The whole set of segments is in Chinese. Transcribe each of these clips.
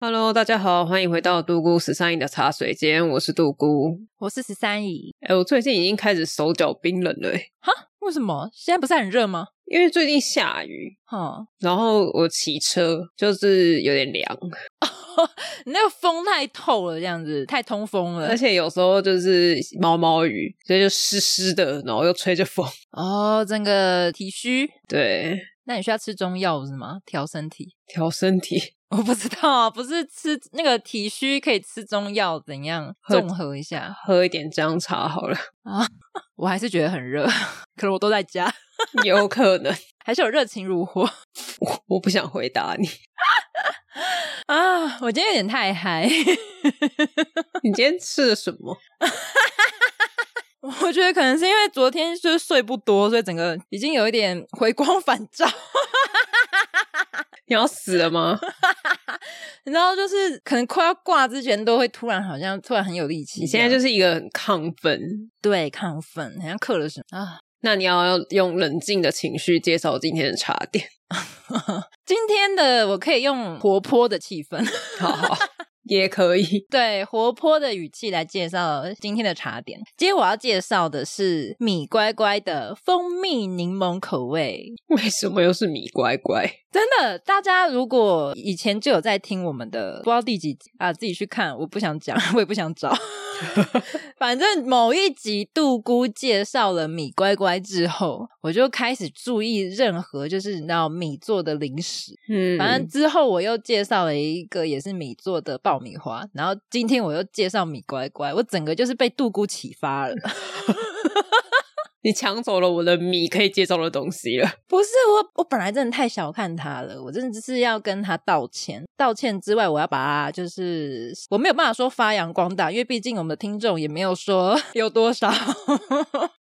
Hello，大家好，欢迎回到杜姑十三姨的茶水间，我是杜姑。我是十三姨。哎、我最近已经开始手脚冰冷了、欸，哈，为什么？现在不是很热吗？因为最近下雨，哈、然后我骑车就是有点凉，你那个风太透了，这样子太通风了而。且有时候就是毛毛雨，所以就湿湿的，然后又吹着风。 哦，整个体虚。对，那你需要吃中药是吗？调身体？调身体， 我不知道啊，不是吃那个体虚可以吃中药，怎样喝综合一下？喝一点姜茶好了，我还是觉得很热， 可能我都在家，有可能。 还是有热情如火我我不想回答你，啊！我今天有点太嗨， 你今天吃了什么？我觉得可能是因为昨天就是睡不多，所以整个已经有一点回光返照。你要死了吗？你知道，就是可能快要挂之前，都会突然好像突然很有力气这样。你现在就是一个很亢奋。对亢奋，好像嗑了什么啊？那你要用冷静的情绪介绍今天的茶点。今天的我可以用活泼的气氛， 好好，也可以。 对活泼的语气来介绍今天的茶点。今天我要介绍的是米乖乖的蜂蜜柠檬口味。为什么又是米乖乖？真的，大家如果以前就有在听我们的，不知道第几集啊，自己去看，我不想讲， 我也不想找。反正某一集杜姑介绍了米乖乖之后，我就开始注意任何就是你知道米做的零食。嗯反正之后我又介绍了一个也是米做的爆米花，然后今天我又介绍米乖乖，我整个就是被杜姑启发了。你抢走了我的米可以介绍的东西了。不是我，我本来真的太小看他了，我真的是要跟他道歉。道歉之外，我要把他就是我没有办法说发扬光大，因为毕竟我们的听众也没有说 有多少。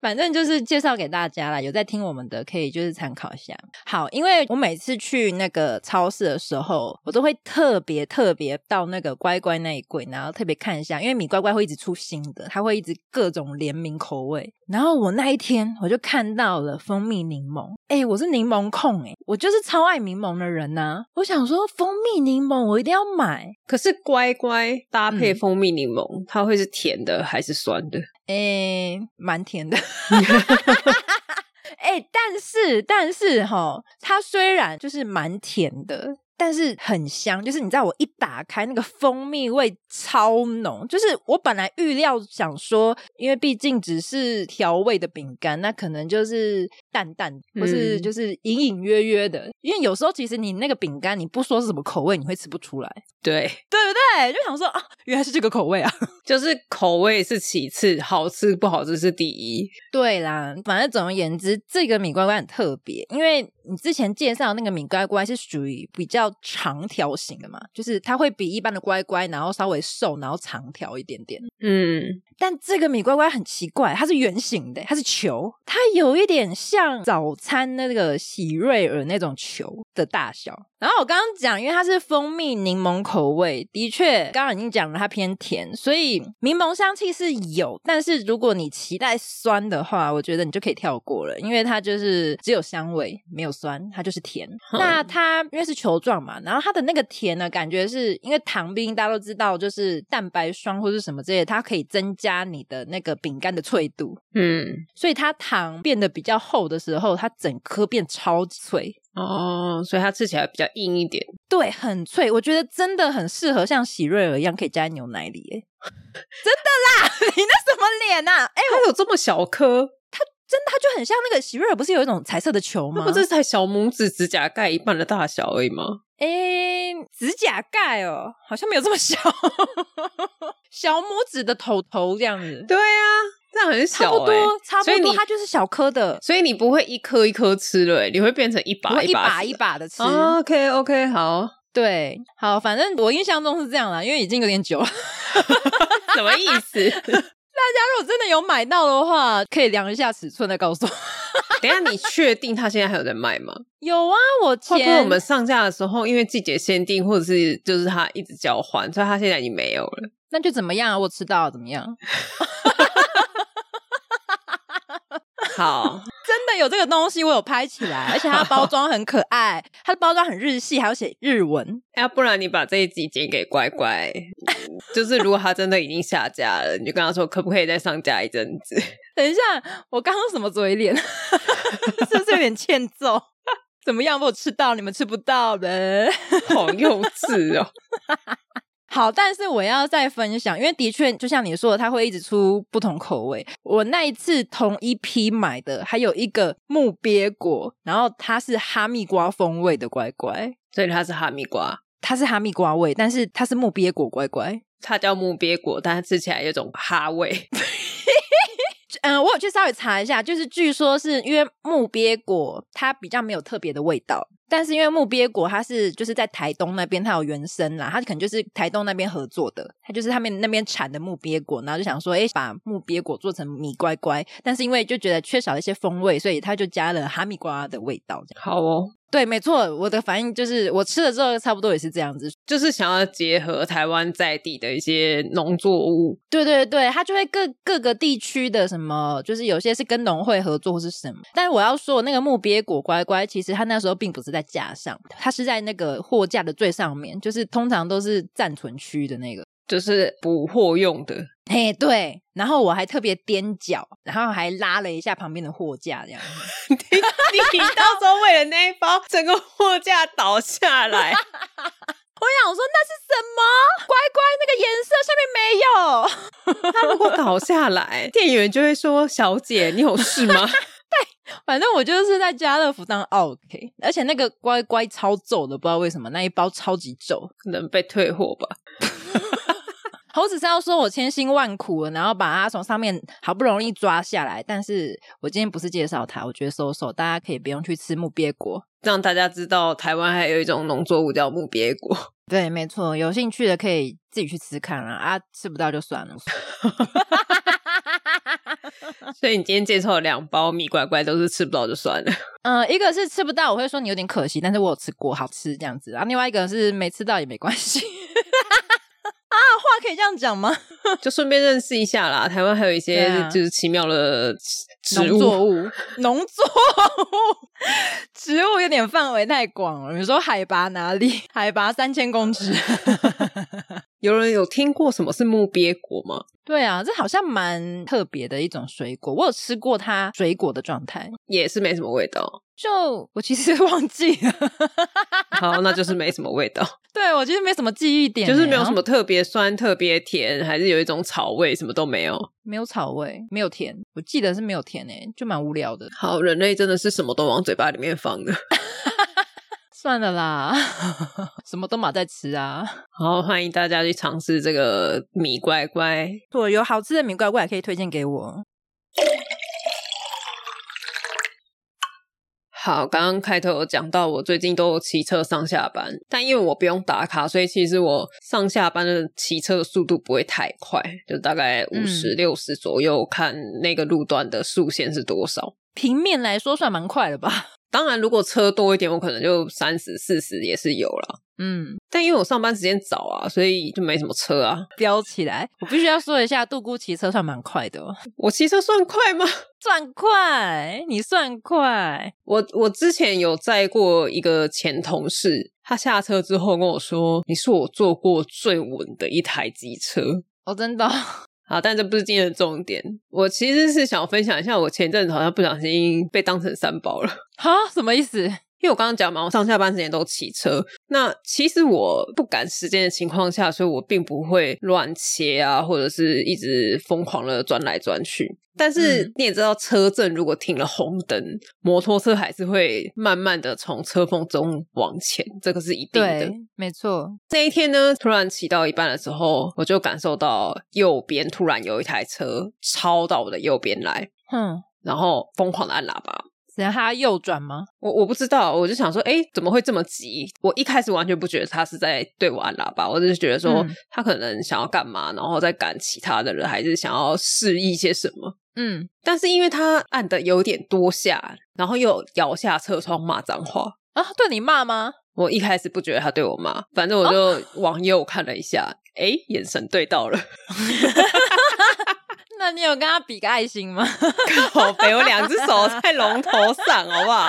反正就是介绍给大家啦，有在听我们的可以就是参考一下。好，因为我每次去那个超市的时候，我都会特别特别到那个乖乖那一柜，然后特别看一下，因为米乖乖会一直出新的，它会一直各种联名口味。然后我那一天我就看到了蜂蜜柠檬，哎、我是柠檬控哎、我就是超爱柠檬的人呐、我想说蜂蜜柠檬我一定要买， 可是乖乖搭配嗯蜂蜜柠檬，它会是甜的还是酸的？诶、蛮甜的。 诶、但是但是哈，它虽然就是蛮甜的，但是很香。就是你知道，我一打开那个蜂蜜味超浓，就是我本来预料想说，因为毕竟只是调味的饼干，那可能就是淡淡或是嗯就是隐隐约约的。因为有时候其实你那个饼干，你不说是什么口味，你会吃不出来，对，对不对？就想说啊，原来是这个口味啊。就是口味是其次，好吃不好吃是第一。对啦，反正总而言之，这个米乖乖很特别，因为你之前介绍那个米乖乖是属于比较长条型的嘛，就是它会比一般的乖乖，然后稍微瘦，然后长条一点点。嗯，但这个米乖乖很奇怪，它是圆形的，它是球，它有一点像早餐那个喜瑞尔那种球的大小。然后我刚刚讲，因为它是蜂蜜柠檬口味，的确，刚刚已经讲了它偏甜，所以柠檬香气是有，但是如果你期待酸的话，我觉得你就可以跳过了，因为它就是只有香味，没有酸，它就是甜。好那它因为是球状嘛，然后它的那个甜呢，感觉是因为糖冰大家都知道，就是蛋白霜或是什么之类的，它可以增加你的那个饼干的脆度，嗯，所以它糖变得比较厚的时候，它整颗变超脆。哦，所以它吃起来比较硬一点。对，很脆，我觉得真的很适合像喜瑞尔一样，可以加在牛奶 里耶。真的啦，你那什么脸呐、啊？哎、它有这么小颗？真的，它就很像那个喜瑞尔，不是有一种彩色的球那吗不？这才小拇指指甲盖一半的大小而已吗？诶，指甲盖哦，好像没有这么小，小拇指的头头这样子，对啊，这样很差小、不欸，多，差所以不多，你它就是小颗的，所以你不会一颗一颗吃了、欸，你会变成一不把会一把把一把的吃。 OK OK，好，对，好，反正我印象中是这样啦，因为已经有点久了。 什么意思？那如果真的有买到的话，可以量一下尺寸再告诉我。 等一下你确定他现在还有在卖吗？有啊，我前会不会我们上架的时候，因为季节限定，或者是就是它一直交换，所以它现在已经没有了？那就怎么样啊？我吃到了怎么样？好，真的有这个东西，我有拍起来，而且它的包装很可爱，它的包装很日系，还有写日文。要不然你把这一集剪给乖乖，就是如果他真的已经下架了，你就跟他说可不可以再上架一阵子？等一下，我刚刚什么嘴脸？ 是不是有点欠揍？ 怎么样？我有吃到，你们吃不到的。 好幼稚哦！好，但是我要再分享，因为的确就像你说的，它会一直出不同口味。我那一次同一批买的，还有一个木鳖果，然后它是哈密瓜风味的乖乖，所以它是哈密瓜，它是哈密瓜味，但是它是木鳖果乖乖。它叫木鳖果，但它吃起来有种哈味。嗯，我有去稍微查一下，就是据说是因为木鳖果它比较没有特别的味道，但是因为木鳖果它是就是在台东那边它有原生啦，它可能就是台东那边合作的，它就是他们那边产的木鳖果，然后就想说，哎，把木鳖果做成米乖乖，但是因为就觉得缺少一些风味，所以它就加了哈密瓜的味道。这样好哦，对，没错，我的反应就是我吃了之后差不多也是这样子，就是想要结合台湾在地的一些农作物，对对对，它就会各各个地区的什么，就是有些是跟农会合作或是什么。但是我要说，那个木鳖果乖乖，其实它那时候并不是在架上，它是在那个货架的最上面，就是通常都是暂存区的那个。就是补货用的。 嘿，对。然后我还特别踮脚，然后还拉了一下旁边的货架，这样。你到时候为了那一包，整个货架倒下 来，我想说那是什么？乖乖，那个颜色下面没有。它如果倒下来，店员就会说：“小姐，你有事吗 反正我就是在家乐福当 OK，而且那个乖乖超皱的，不知道为什么那一包超级皱。？”可能被退货吧。猴子是要说我千辛万苦了，然后把它从上面好不容易抓下来，但是我今天不是介绍它，我觉得收手，大家可以不用去吃木鳖果。让大家知道，台湾还有一种农作物叫木鳖果。 对，没错，有兴趣的可以自己去吃看啦、啊，吃不到就算了。 所以你今天介绍的两包米乖乖都是吃不到就算了。 嗯、一个是吃不到，我会说你有点可惜，但是我有吃过，好吃这样子。啊然后另外一个是没吃到也没关系。 啊，话可以这样讲吗？就顺便认识一下啦。台湾还有一些对啊就是奇妙的 植农作物，物，农作物， 植物有点范围太广了。你说海拔哪里？海拔三千公尺。有人有听过什么是木鳖果吗？对啊，这好像蛮特别的一种水果，我有吃过它水果的状态，也是没什么味 道。就我其实 忘记了，好，那就是没什么味道， 对我其实没什么记忆点欸，就是没有什然后么特别酸、特别甜，还是有一种草味，什么都没有。没有草味，没有甜，我记得是没有甜诶、就蛮无聊的，好，人类真的是什么都往嘴巴里面放的。 算了啦， 什么都马在吃啊。好，欢迎大家去尝试这个米乖乖。对，有好吃的米怪怪可以推荐给我。好，刚刚开头有讲到，我最近都有骑车上下班，但因为我不用打卡，所以其实我上下班的骑车的速度不会太快，就大概五十六十左右，看那个路段的速限是多少。平面来说算蛮快的吧？当然，如果车多一点，我可能就三十四十也是有啦。嗯，但因为我上班时间早啊，所以就没什么车啊。飙起来！我必须要说一下，杜姑骑车算蛮快的哦，我骑车算快吗？ 算快，你算快，我我之前有载过一个前同事，他下车之后跟我说：“你是我坐过最稳的一台机车。”哦，真的哦、 好，但这不是今天的重点。我其实是想分享一下，我前阵子好像不小心被当成三宝了。哈，什么意思？因为我刚刚讲嘛，我上下班时间都骑车。那其实我不赶时间的情况下，所以我并不会乱切啊，或者是一直疯狂的钻来钻去。但是嗯你也知道，车阵如果停了红灯，摩托车还是会慢慢的从车缝中往前，这个是一定的。对，没错，那一天呢，突然骑到一半的时候，我就感受到右边突然有一台车超到我的右边来，哼，然后疯狂的按喇叭。然后他右转吗？我我不知道，我就想说，哎，怎么会这么急？我一开始完全不觉得他是在对我按喇叭，我只是觉得说嗯他可能想要干嘛，然后再赶其他的人，还是想要示意些什么。嗯，但是因为他按的有点多下，然后又摇下车窗骂脏话，啊，对你骂吗？我一开始不觉得他对我骂，反正我就往右看了一下，哎、眼神对到了，那你有跟他比个爱心吗？靠北，我两只手在龙头上，好不好？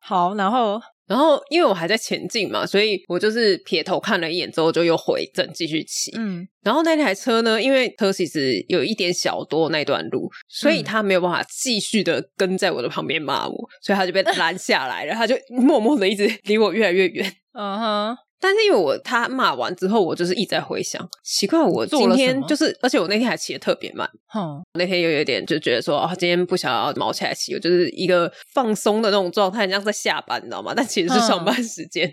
好，然后然后因为我还在前进嘛，所以我就是撇头看了一眼之后就又回正继续骑。嗯然后那台车呢，因为车其实有一点小多那段路，所嗯以他没有办法继续的跟在我的旁边骂我，所以他就被拦下来了，他就默默的一直离我越来越远。嗯哼，但是因为我他骂完之后，我就是一直在回想，奇怪，我做今了什天么就是，而且我那天还骑的特别慢，哼，那天又有点就觉得说啊，今天不想要毛起来骑，我就是一个放松的那种状态，很像在下班，你知道吗？但 其实是上班时间，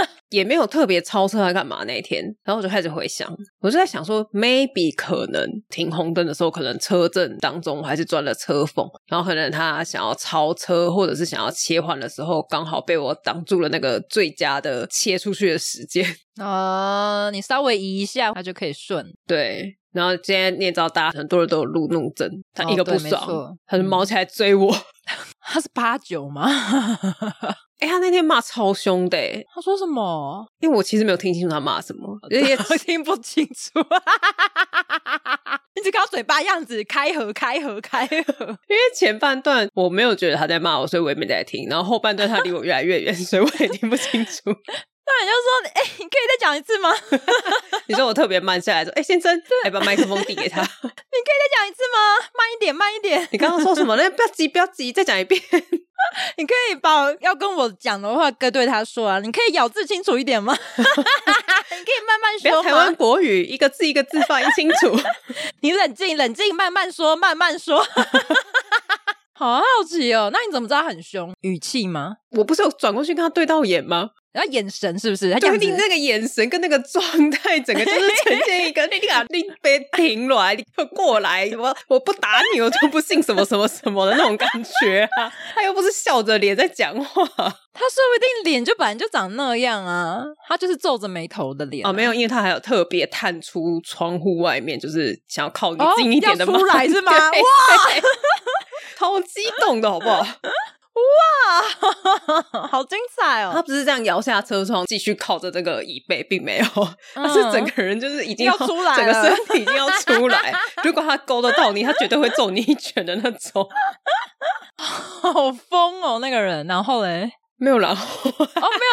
也没有特别超车来干嘛那一天。然后我就开始回想，我就在想说，maybe 可能停红灯的时候，可能车阵当中我还是钻了车缝，然后可能他想要超车或者是想要切换的时候，刚好被我挡住了那个最佳的切出去的时间。呃，你稍微移一下，他就可以顺。对，然后今天你也知道，大家很多人都有路怒症，他哦一个不对没爽，错嗯他就毛起来追我。 他是八九吗？哎、他那天骂超凶的欸， 他说什么？因为我其实没有听清楚他骂什么， 而且 也 听不清 楚，你只看到嘴巴样子，开合开合开合。因为前半段我没有觉得他在骂我，所以我也没在听，然后后半段他离我越来越远， 所以我也听不清楚。 那你就说，哎、你可以再讲一次吗？你可以你说我特别慢下来说，哎、先生，来把麦克风递给他。再讲一次吗？慢一点，慢一点。你刚刚说什么？那不要急，不要急，再讲一遍。你可以把要跟我讲的话跟对他说啊。你可以咬字清楚一点吗？ 你可以慢慢不要说台湾吗？国语，一个字一个字发音清楚。 你冷静，冷静，慢慢说，慢慢说。 好好奇哦，那你怎么知道他很凶？语气吗？我不是有转过去跟他对到眼吗？然后眼神是不是？他对这样你子那个眼神跟那个状态，整个就是呈现一 个你俩你别停来，你快过来，我我不打你，我就不信什么什么什么的那种感觉啊！他又不是笑着脸在讲话他说不定脸就本来就长那样啊，他就是皱着眉头的脸啊哦，没有，因为他还有特别探出窗户外面，就是想要靠你近一点的哦要出来是吗妈妈哇， 哦对超激动的好 不好？啊， 好精彩他哦！不是这样摇下车窗，继续靠着这个椅背，并没有， 他是整个人就是已经嗯要出来整个了身体已经要出来。如果他勾得到你，他绝对会揍你一拳的那种。 好疯哦，那个人。然后嘞，没有然后，哦，没有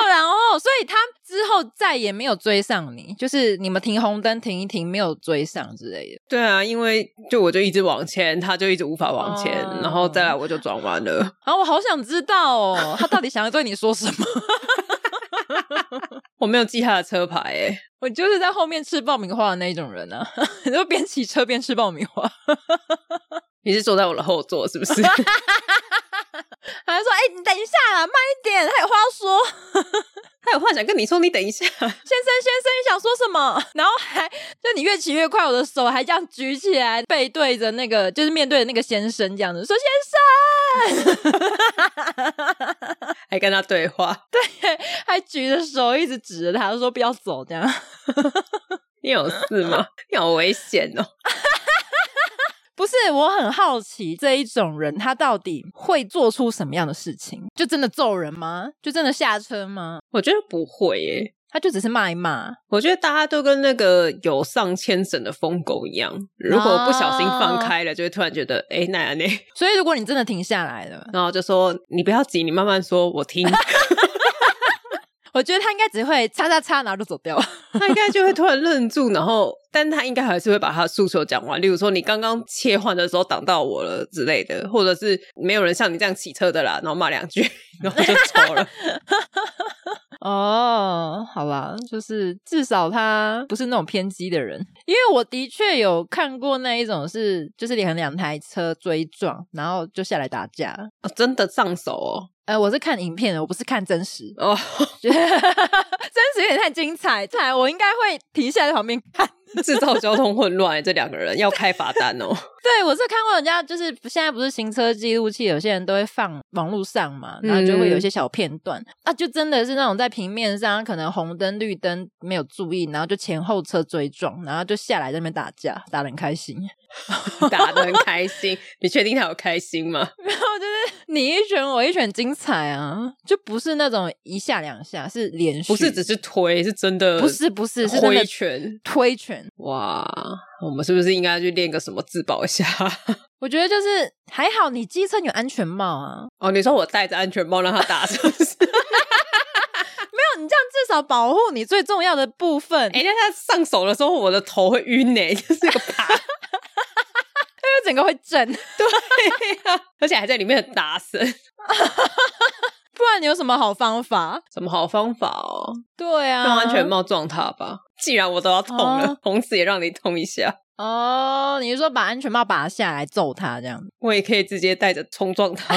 然后，所以他之后再也没有追上你，就是你们停红灯停一停，没有追上之类的。对啊，因为就我就一直往前，他就一直无法往前，哦然后再来我就转弯了。然啊后我好想知道哦，他到底想要对你说什么？ 我没有记他的车牌欸诶、我就是在后面吃爆米花的那一种人啊， 就边骑车边吃爆米花。你是坐在我的后座是不 是？他就说：“哎、你等一下啦，慢一点，他有话要说。”他有话想跟你说，你等一下。先生，先生，你想说什么？然后还就你越骑越快，我的手还这样举起来，背对着那个就是面对着那个先生这样子说：“先生。还跟他对话，”还举着手一直指着他说：“不要走。”这样你有事 吗？你好危险哦！不是我很好奇这一种人他到底会做出什么样的事情？就真的揍人吗？就真的下车吗？我觉得不会欸耶、他就只是骂一骂。我觉得大家都跟那个有上千绳的疯狗一样，如果不小心放开了，就会突然觉得哎、那样呢， 所以如果你真的停下来了，然后就说你不要急，你慢慢说，我听。 我觉得他应该只会擦擦擦，然后就走掉了。 他应该就会突然愣住，然后，但他应该还是会把他的诉求讲完。例如说，你刚刚切换的时候挡到我了之类的，或者是没有人像你这样骑车的啦，然后骂两句，然后就走了。 哦，好啦，就是至少他不是那种偏激的人，因为我的确有看过那一种是，就是连两台车追撞，然后就下来打架。哦真的上手哦，，呃，我是看影片的，我不是看真实哦， 真实有点太精彩，看来我应该会停下来在旁边看。制造交通混乱，欸这两个人要开罚单哦。 对，我是看过人家，就是现在不是行车记录器，有些人都会放网络上嘛，然后就会有一些小片段、啊，就真的是那种在平面上，可能红灯绿灯没有注意，然后就前后车追撞，然后就下来在那边打架，打得很开心。 打的很开心，你确定他有开心吗？然后就是你一拳我一拳，精彩啊，就不是那种一下两下，是连续，不是只是推，是真的，不是不是是真的挥拳。推拳。哇，我们是不是应该去练个什么自保一下？ 我觉得就是还好，你机车你有安全帽啊，哦，你说我戴着安全帽让他打，是不是？没有你这样至少保护你最重要的部分。哎、那他上手的时候，我的头会晕呢、就是个爬， 就整个会震， 而且还在里面很大声。不然你有什么好方法？什么好方法哦？对啊，用安全帽撞他吧。既然我都要痛了，啊红死也让你痛一下。哦。你是说把安全帽拔下来揍他这样？ 我也可以直接带着冲撞他。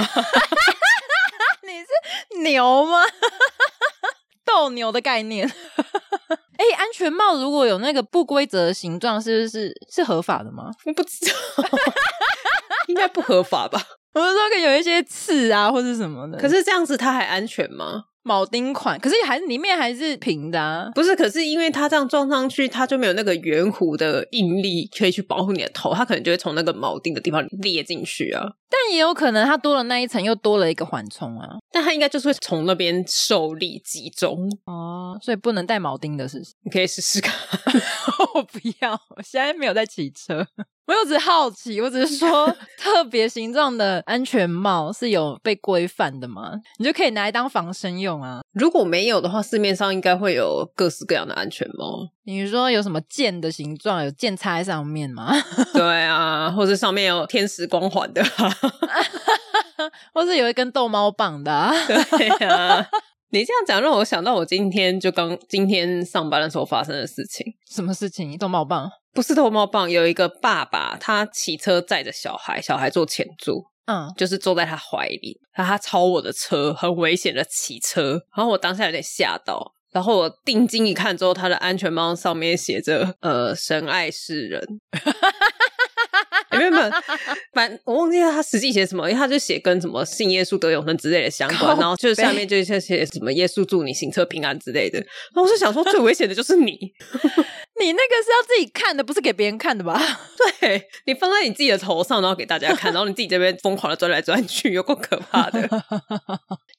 你是牛吗？ 斗牛的概念。 哎、安全帽如果有那个不规则的形状，是不是是合法的吗？我不知道， 应该不合法吧？我是说，可以有一些刺啊，或是什么的。可是这样子他还安全吗？铆钉款，可是还是里面还是平的啊。不是，可是因为它这样撞上去，它就没有那个圆弧的应力可以去保护你的头，它可能就会从那个铆钉的地方裂进去啊。但也有可能它多了那一层，又多了一个缓冲啊。但它应该就是会从那边受力集中，哦，所以不能带铆钉的是不是？你可以试试看。 我不要，我现在没有在骑车，我又只是好奇，我只是 说特别形状的安全帽是有被规范的吗？你就可以拿来当防身用啊。如果没有的话，市面上应该会有各式各样的安全帽。你说有什么剑的形状，有剑插在上面吗？ 对啊，或者上面有天使光环的、啊。 或是有一根逗猫棒的、啊？对啊，你这样讲让我想到我今天就刚今天上班的时候发生的事情。什么事情？逗猫棒？不是逗猫棒，有一个爸爸，他骑车载着小孩，小孩坐前座，嗯，就是坐在他怀里，然后他超我的车，很危险的骑车，然后我当下有点吓到，然后我定睛一看之后，他的安全帽上面写着呃“神爱世人”，哎没有没有，反我忘记他实际写什么，因为他就写跟什么信耶稣得永生之类的相关，靠然后就是下面就是写什么耶稣祝你行车平安之类的，然后我就想说最危险的就是你， 你那个是要自己看的，不是给别人看的吧？对你放在你自己的头上，然后给大家看，然后你自己这边疯狂的钻来钻去，有够可怕的。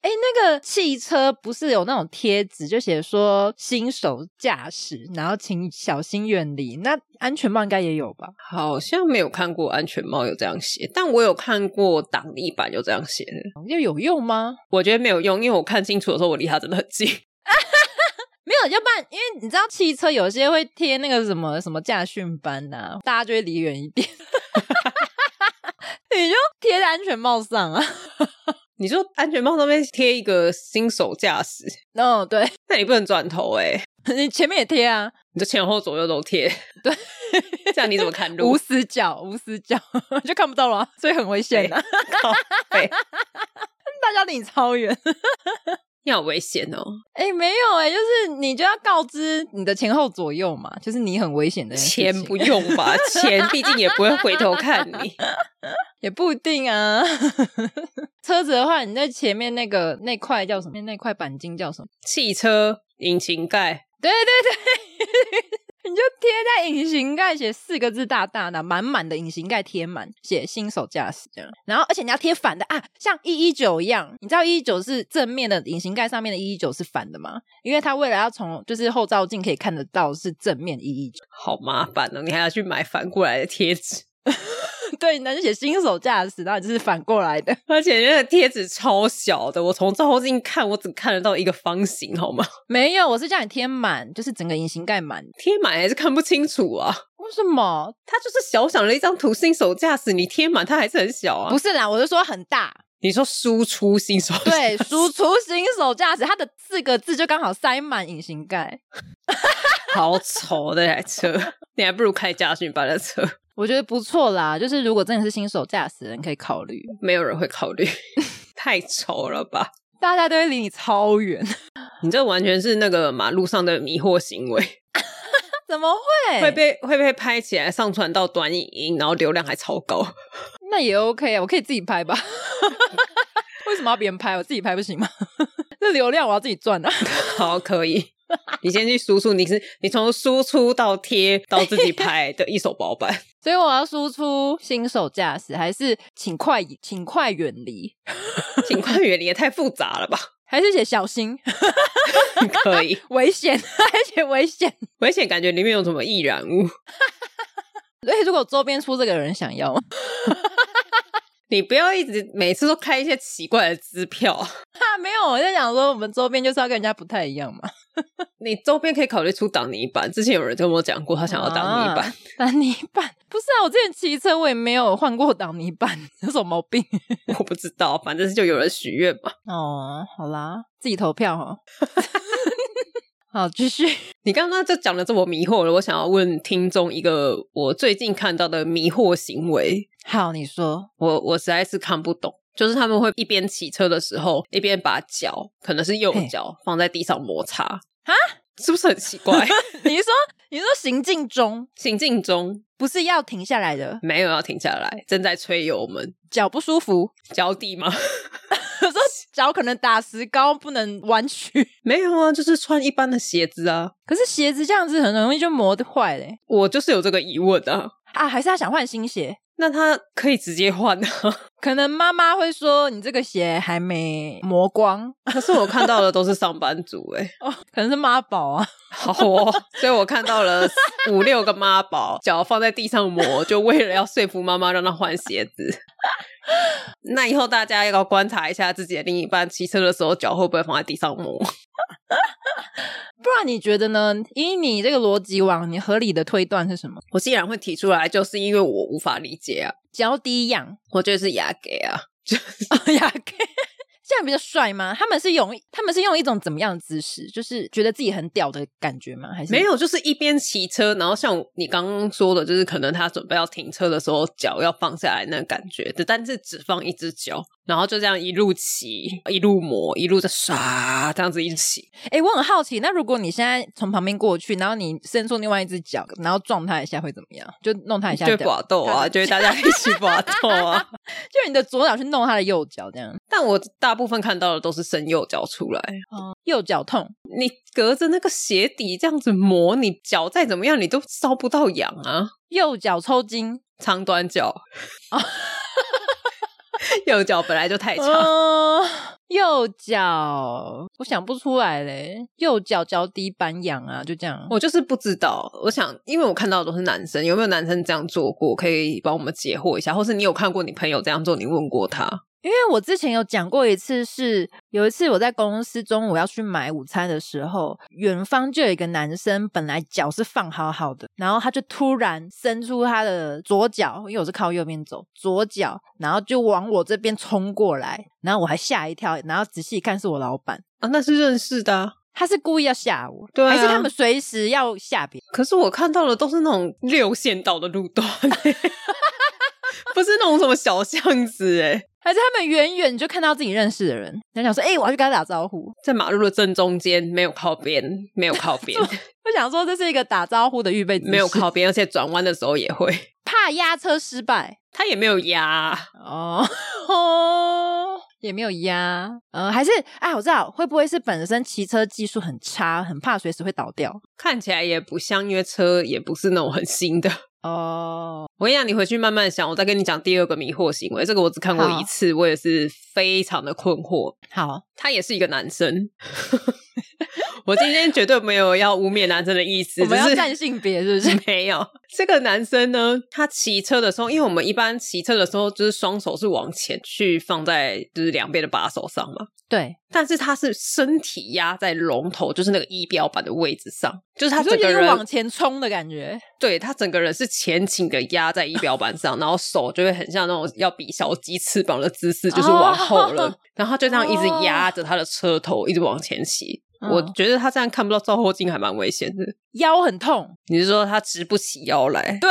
哎、那个汽车不是有那种贴纸，就写说新手驾驶，然后请小心远离。那安全帽应该也有吧？好像没有看过安全帽有这样写，但我有看过挡泥板有这样写的。又有用吗？我觉得没有用，因为我看清楚的时候，我离他真的很近。 没有，要不然因为你知道汽车有些会贴那个什么什么驾训班呐、大家就会离远一点。 你就贴在安全帽上啊！你说安全帽上面贴一个新手驾驶，哦，对，那你不能转头哎、你前面也贴啊，你就前后左右都贴。 对，这样你怎么看路无？死角，无死角就看不到了啊、所以很危险啊！ 靠背 大家离你超 远。你好危险哦！哎、没有哎、就是你就要告知你的前后左右嘛，就是你很危险的事情钱不用吧，钱毕竟也不会回头看你。 也不一定啊。 车子的话，你在前面那个那块叫什么？那块钣金叫什么？汽车引擎盖对对对，你就贴在隐形盖写四个字大大的，满满的隐形盖贴满，写新手驾驶这样。然后而且你要贴反的啊，像一一九一样，你知道一一九是正面的隐形盖上面的一一九是反的吗？因为它为了要从就是后照镜可以看得到是正面一一九。好麻烦哦，你还要去买反过来的贴纸。 对，男生写新手驾驶，然后就是反过来的。而且那个贴纸超小的，我从照镜看，我只看得到一个方形，好吗？没有，我是叫你贴满，就是整个隐形盖满。贴满还是看不清楚啊。为什么？它就是小小的一张图，新手驾驶你贴满它还是很小啊。不是啦，我是说很大。你说输出新手对，输出新手驾驶，它的四个字就刚好塞满隐形盖。好丑那台车，你还不如开家训吧那车。我觉得不错啦，就是如果真的是新手驾驶人可以考虑，没有人会考 虑，太丑了吧？大家都会离你超远， 你这完全是那个马路上的迷惑行为，怎么会会被会被拍起来上传到短影音，然后流量还超高，那也 OK 啊，我可以自己拍吧？ 为什么要别人拍？我自己拍不行吗？ 这流量我要自己赚啊！ 好，可以。你先去输出，你是你从输出到贴到自己拍的一手包办，所以我要输出新手驾驶，还是请快请快远离，请快远离也太复杂了吧？ 还是写小心？可以，危险， 还写危险， 危险感觉里面有什么易燃物？所哎以如果周边出这个人想要， 你不要一直每次都开一些奇怪的支票啊！没有，我在想说我们周边就是要跟人家不太一样嘛。你周边可以考虑出挡泥板，之前有人跟我讲过，他想要挡泥板。挡、啊、泥 板不是啊，我之前骑车我也没有换过挡泥板， 有什么毛病？ 我不知道，反正就有人许愿嘛。哦，好啦，自己投票哦。 好，继续。你刚刚就讲的这么迷惑了，我想要问听众一个我最近看到的迷惑行为。好，你说，我我实在是看不懂。就是他们会一边骑车的时候，一边把脚，可能是右脚放在地上摩擦啊，是不是很奇怪？ 你说，你说行进中，行进中不是要停下来的，没有要停下来，正在吹油门，脚不舒服， 脚底吗？ 我说脚可能打石膏，不能弯曲。没有啊，就是穿一般的鞋子啊。可是鞋子这样子很容易就磨坏嘞、欸。我就是有这个疑问啊。啊，还是他想换新鞋？那他可以直接换啊。 可能妈妈会说你这个鞋还没磨光。可是我看到的都是上班族哎、欸，哦，可能是妈宝啊。好哦， 所以我看到了五六个妈宝，脚放在地上 磨，就为了要说服妈妈让她换鞋子。那以后大家要观察一下自己的另一半骑车的时候脚会不会放在地上磨。不然你觉得呢？以你这个逻辑网，你合理的推断是什么？我既然会提出来，就是因为我无法理解啊。脚底痒， 我觉得是牙给啊， 牙给。 这样比较帅吗？他们是用他们是用一种怎么样的姿势？就是觉得自己很屌的感觉吗？还是没有？就是一边骑车，然后像你刚刚说的，就是可能他准备要停车的时候，脚要放下来那感觉，但是只放一只脚，然后就这样一路骑，一路磨，一路在刷，这样子一起。哎、欸，我很好奇，那如果你现在从旁边过去，然后你伸出另外一只脚，然后撞他一下会怎么样？就弄他一下，就搏斗啊，就是大家一起搏斗 啊，就你的左脚去弄他的右脚这样。但我大。部分看到的都是伸右脚出来，哦，右脚痛。你隔着那个鞋底这样子磨，你脚再怎么样，你都烧不到痒啊。右脚抽筋，长短脚，哦、 右脚本来就太长。呃、右脚我想不出来嘞，右脚脚底板痒啊，就这样。我就是不知道，我想，因为我看到的都是男生，有没有男生这样做过？可以帮我们解惑一下，或是你有看过你朋友这样做，你问过他？因为我之前有讲过一次是，是有一次我在公司中午要去买午餐的时候，远方就有一个男生，本来脚是放好好的，然后他就突然伸出他的左脚，因为我是靠右边走，左脚，然后就往我这边冲过来，然后我还吓一跳，然后仔细看是我老板啊，那是认识的、啊。他是故意要吓我，对、啊，还是他们随时要吓别人？可是我看到的都是那种六线道的路段、 欸，不是那种什么小巷子哎、欸。还是他们远远就看到自己认识的人，然后想说：“哎、欸，我要去跟他打招呼。”在马路的正中间，没有靠边，没有靠边。我想说，这 是一个打招呼的预备没有靠边，而且转弯的时候也会怕压车失败。他也没有压哦哦， 也没有压。嗯，还是哎，我知道会不会是本身骑车技术很差，很怕随时会倒掉？看起来也不像，因为车也不是那种很新的。哦、 oh.，我跟你讲，你回去慢慢想，我再跟你讲第二个迷惑行为。这个我只看过一次，我也是非常的困惑。好，他也是一个男生， 我今天绝对没有要污蔑男生的意思，我们要只是占性别是不是？ 没有，这个男生呢，他骑车的时候，因为我们一般骑车的时候，就是双手是往前去放在就是两边的把手上嘛，对，但是他是身体压在龙头，就是那个仪表板的位置上，就是他你说整有个点人往前冲的感觉，对他整个人是前倾的压在仪表板 上，然后手就会很像那种要比小鸡翅膀的姿 势，就是往后了，哦然后他就这样一直压着他的车头，一直往前骑。嗯我觉得他这样看不到照后镜还蛮危险的。腰很痛。 你是说他直不起腰 来？对，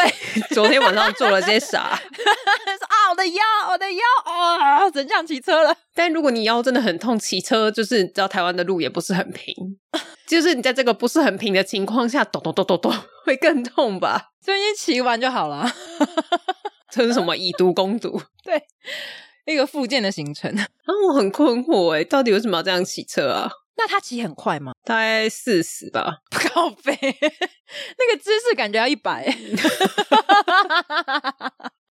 昨天晚上做了些啥？说啊，我的腰，我的腰，啊，怎样骑车了？ 但如果你腰真的很痛，骑车就是你知道台湾的路也不是很平，就是你在这个不是很平的情况下，抖抖抖抖抖会更痛吧？所以骑完就好了， 这是什么以毒攻毒？一个复健的行程。 啊，我很困惑哎，到底为什么要这样骑车啊？那他骑很快吗？大概四十吧，靠背，那个姿势感觉要一百，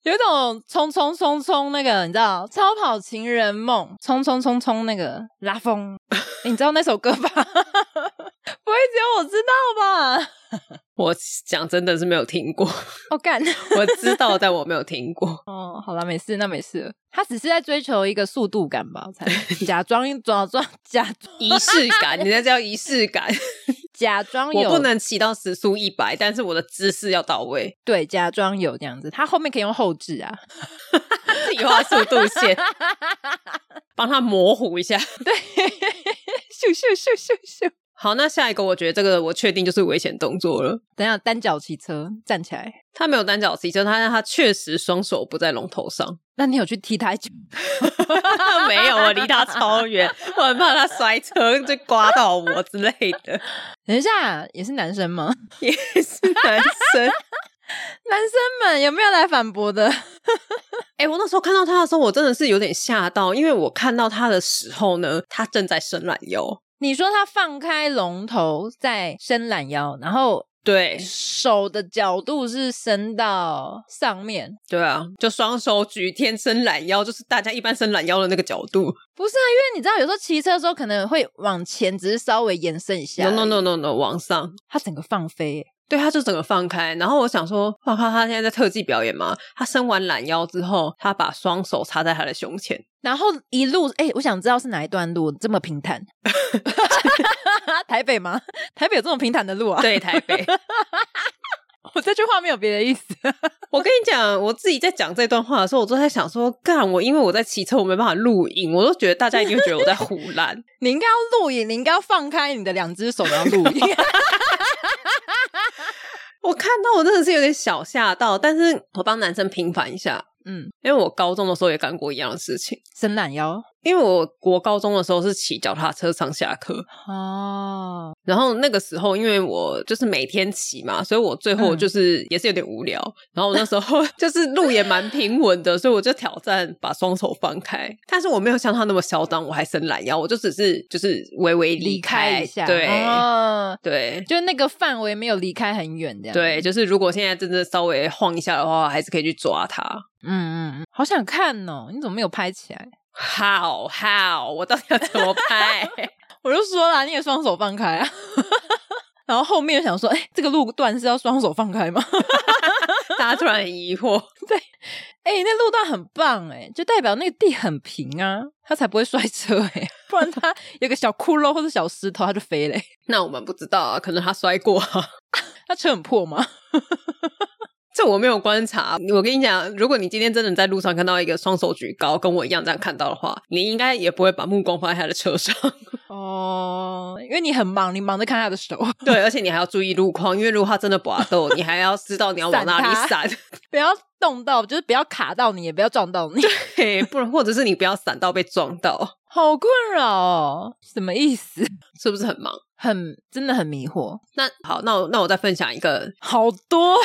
有一种冲冲冲冲那个，你知道《超跑情人梦》冲冲冲冲那个拉风，你知道那首歌吧？不 会只有我知道吧？我讲真的是没有听过，我干，我知道，但我没有听过。哦，好了，没事，那没事了。他只是在追求一个速度感吧，我猜假装假装假装仪式感，人家叫仪式感。假装 有，我不能骑到时速一百，但是我的姿势要到位，对假装有这样子。他后面可以用后置啊， 自己画速度线，帮他模糊一下。对，咻咻咻咻咻。好，那下一个，我觉得这个我确定就是危险动作了。等一下单脚骑车站起来，他没有单脚骑车，他他确实双手不在龙头上。 那你有去踢他一脚？没有，我离他超远，我很怕他摔车就刮到我之类的。 等一下也是男生吗？ 也是男 生。男生们有没有来反驳的？哎、我那时候看到他的时候，我真的是有点吓到，因为我看到他的时候呢，他正在伸懒腰。你说他放开龙头再伸懒腰，然后对手的角度是伸到上面，对啊，就双手举天伸懒腰，就是大家一般伸懒腰的那个角度。不是啊，因为你知道，有时候骑车的时候可能会往前，只是稍微延伸一下而 No 已。 no no no no，往上。它整个放飞耶，对，他就整个放开，然后我想说，哇靠，他现在在特技表演吗？他伸完懒腰之后，他把双手插在他的胸前，然后一路哎、我想知道是哪一段路这么平坦？ 台北吗？台北有这么平坦的路啊？，对台北。 我这句话没有别的意思。我跟你讲，我自己在讲这段话的时候，我都在想说，干我因为我在骑车，我没办法录影，我都觉得大家一定会觉得我在胡乱。你应该要录影，你应该要放开你的两只手然后录 影。我看到我真的是有点小吓到，但是我帮男生平反一下，嗯，因为我高中的时候也干过一样的事情。伸懒腰因为我国高中的时候是骑脚踏车上下课，哦，然后那个时候因为我就是每天骑嘛，所以我最后嗯就是也是有点无聊。然后我那时候 就是路也蛮平稳的，所以我就挑战把双手放开，但是我没有像他那么嚣张，我还伸懒腰，我就只是就是微微离开开一下，对、哦，对。就那个范围没有离开很远，这样对，，就是如果现在真的稍微晃一下的话，还是可以去抓它。嗯嗯嗯，好想看哦，你怎么没有拍起来？好好，我到底要怎么拍？ 我就说啦，你也双手放开啊。 然后后面想说，哎、这个路段是要双手放开吗？大家突然很疑惑。 哎、那路段很棒哎、就代表那个地很平啊，它才不会摔车哎、 不然它有个小窟窿或者小石头，它就飞嘞、那我们不知道啊，可能他摔过、啊。 它车很破吗？这我没有观察。我跟你讲，如果你今天真的在路上看到一个双手举高，跟我一样这样看到的话，你应该也不会把目光放在他的车上。 哦，因为你很忙，你忙着看它的手，对，而且你还要注意路况，因为如果他真的拔豆，你还要知道你要往哪里闪， 不要动到，就是不要卡到你，也不要撞到你，嘿，不然或者是你不要闪到被撞到， 好困扰哦，什么意思？是不是很忙？很真的很迷惑，那好，那我那我再分享一个，好 多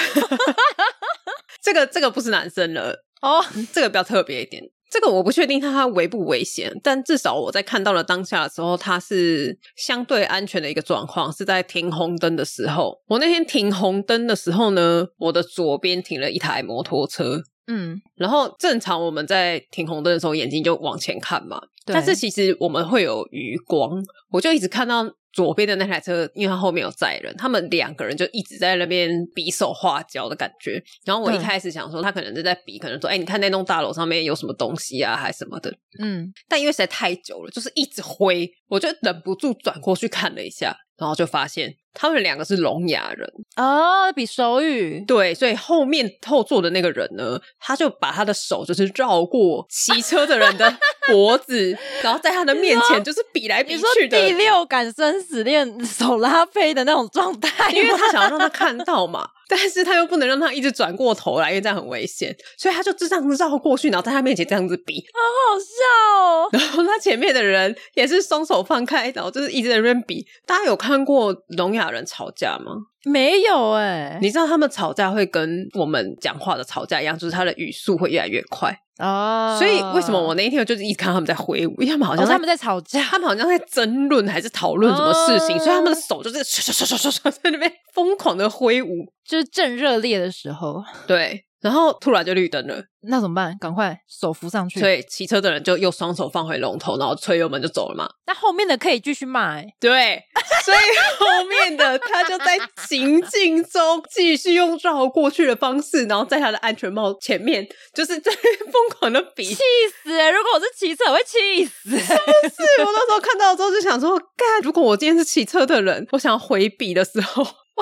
这个这个不是男生了，哦，这个比较特别一点。这个我不确定它危不危险，但至少我在看到了当下的时候，它是相对安全的一个状况，是在停红灯的时候。我那天停红灯的时候呢，我的左边停了一台摩托车，嗯，然后正常我们在停红灯的时候，眼睛就往前看嘛，对但是其实我们会有余光，我就一直看到左边的那台车，因为它后面有载人，他们两个人就一直在那边比手画脚的感觉。然后我一对开始想说，他可能是在比，可能说，哎、你看那栋大楼上面有什么东西啊，还什么的。嗯，但因为实在太久了，就是一直挥，我就忍不住转过去看了一下，然后就发现他们两个是聋哑人。哦，比手语，对，所以后面后座的那个人呢，他就把他的手就是绕过骑车的人 的脖子，然后在他的面前就是比来比你说去的，第六感生死恋手拉飞的那种状态吗， 因为他想要让他看到嘛，但是他又不能让他一直转过头来，因为这样很危险，所以他就这样子绕过去，然后在他面前这样子比，好笑哦。然后他前面的人也是双手放开，然后就是一直在那边比。大家有看过聋哑人吵架吗？没有哎、你知道他们吵架会跟我们讲话的吵架一样，就是他的语速会越来越快。哦，所以为什么我那一天我就是一直看到他们在挥舞，因为哦他们好好像像在、他们在吵架，他们好像在争论还是讨论什么事情，哦所以他们的手就是唰唰唰唰唰唰在那边疯狂的挥舞。就是正热烈的时候，对，然后突然就绿灯了，那怎么办？赶快手扶上去。所，以骑车的人就又双手放回龙头，然后吹油门就走了嘛。那后面的可以继续骂、欸， 对，所以后面的他就在情境中继续用绕过去的方式，然后在他的安全帽前面就是在那边疯狂的比气。死、欸！如果我是骑车，我会气死、欸。 是我那时候看到之后就想说，干，如果我今天是骑车的人，我想要回避的时候，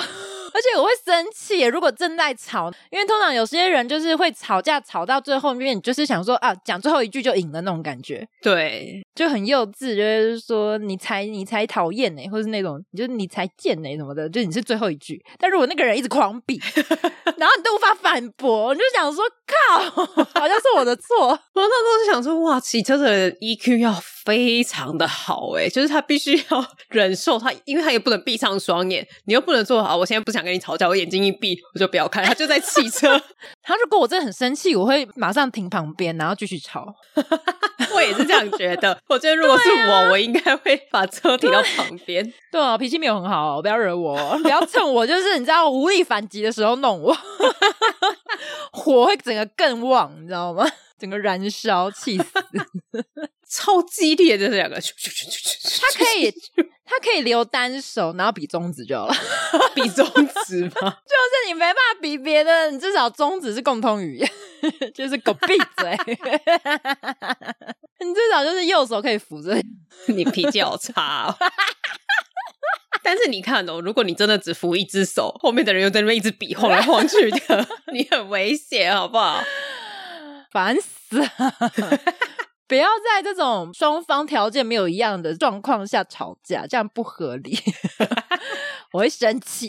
而且我会生气耶，如果正在吵，因为通常有些人就是会吵架，吵到最后面，你就是想说啊，讲最后一句就赢了那种感觉，对就很幼稚，就是说你才你才讨厌呢，或是那种就是你才贱欸呢什么的，就你是最后一句。但如果那个人一直狂比，然后你都无法反驳，你就想说靠，好像是我的错。 我那时候就想说，哇，骑车的人 EQ 要非常的好诶、就是他必须要忍受他，因为他也不能闭上双眼，你又不能说啊，我现在不想跟你吵架，我眼睛一闭我就不要看，他就在骑车， 然后如果我真的很生气，我会马上停旁边，然后继续吵。我也是这样觉得。我觉得如果是我，我应该会把车停到旁边。啊对啊，脾气没有很好，不要惹我， 不要趁我就是你知道无力反击的时候弄我， 火会整个更旺，你知道吗？ 整个燃烧，气 死！超激烈的这两个，他他可以，他可以留单手，然后比中指就 好了。就比中指吗？是你没办法比别的，你至少中指是共通语言， 就是狗闭嘴。 你至少就是右手可以扶着， 你脾气好差哦。 但是你看哦，如果你真的只扶一只手，后面的人又在那边一直比晃来晃去的，你很危险，好不好？烦死了！ 不要在这种双方条件没有一样的状况下吵架，这样不合理， 我会生气。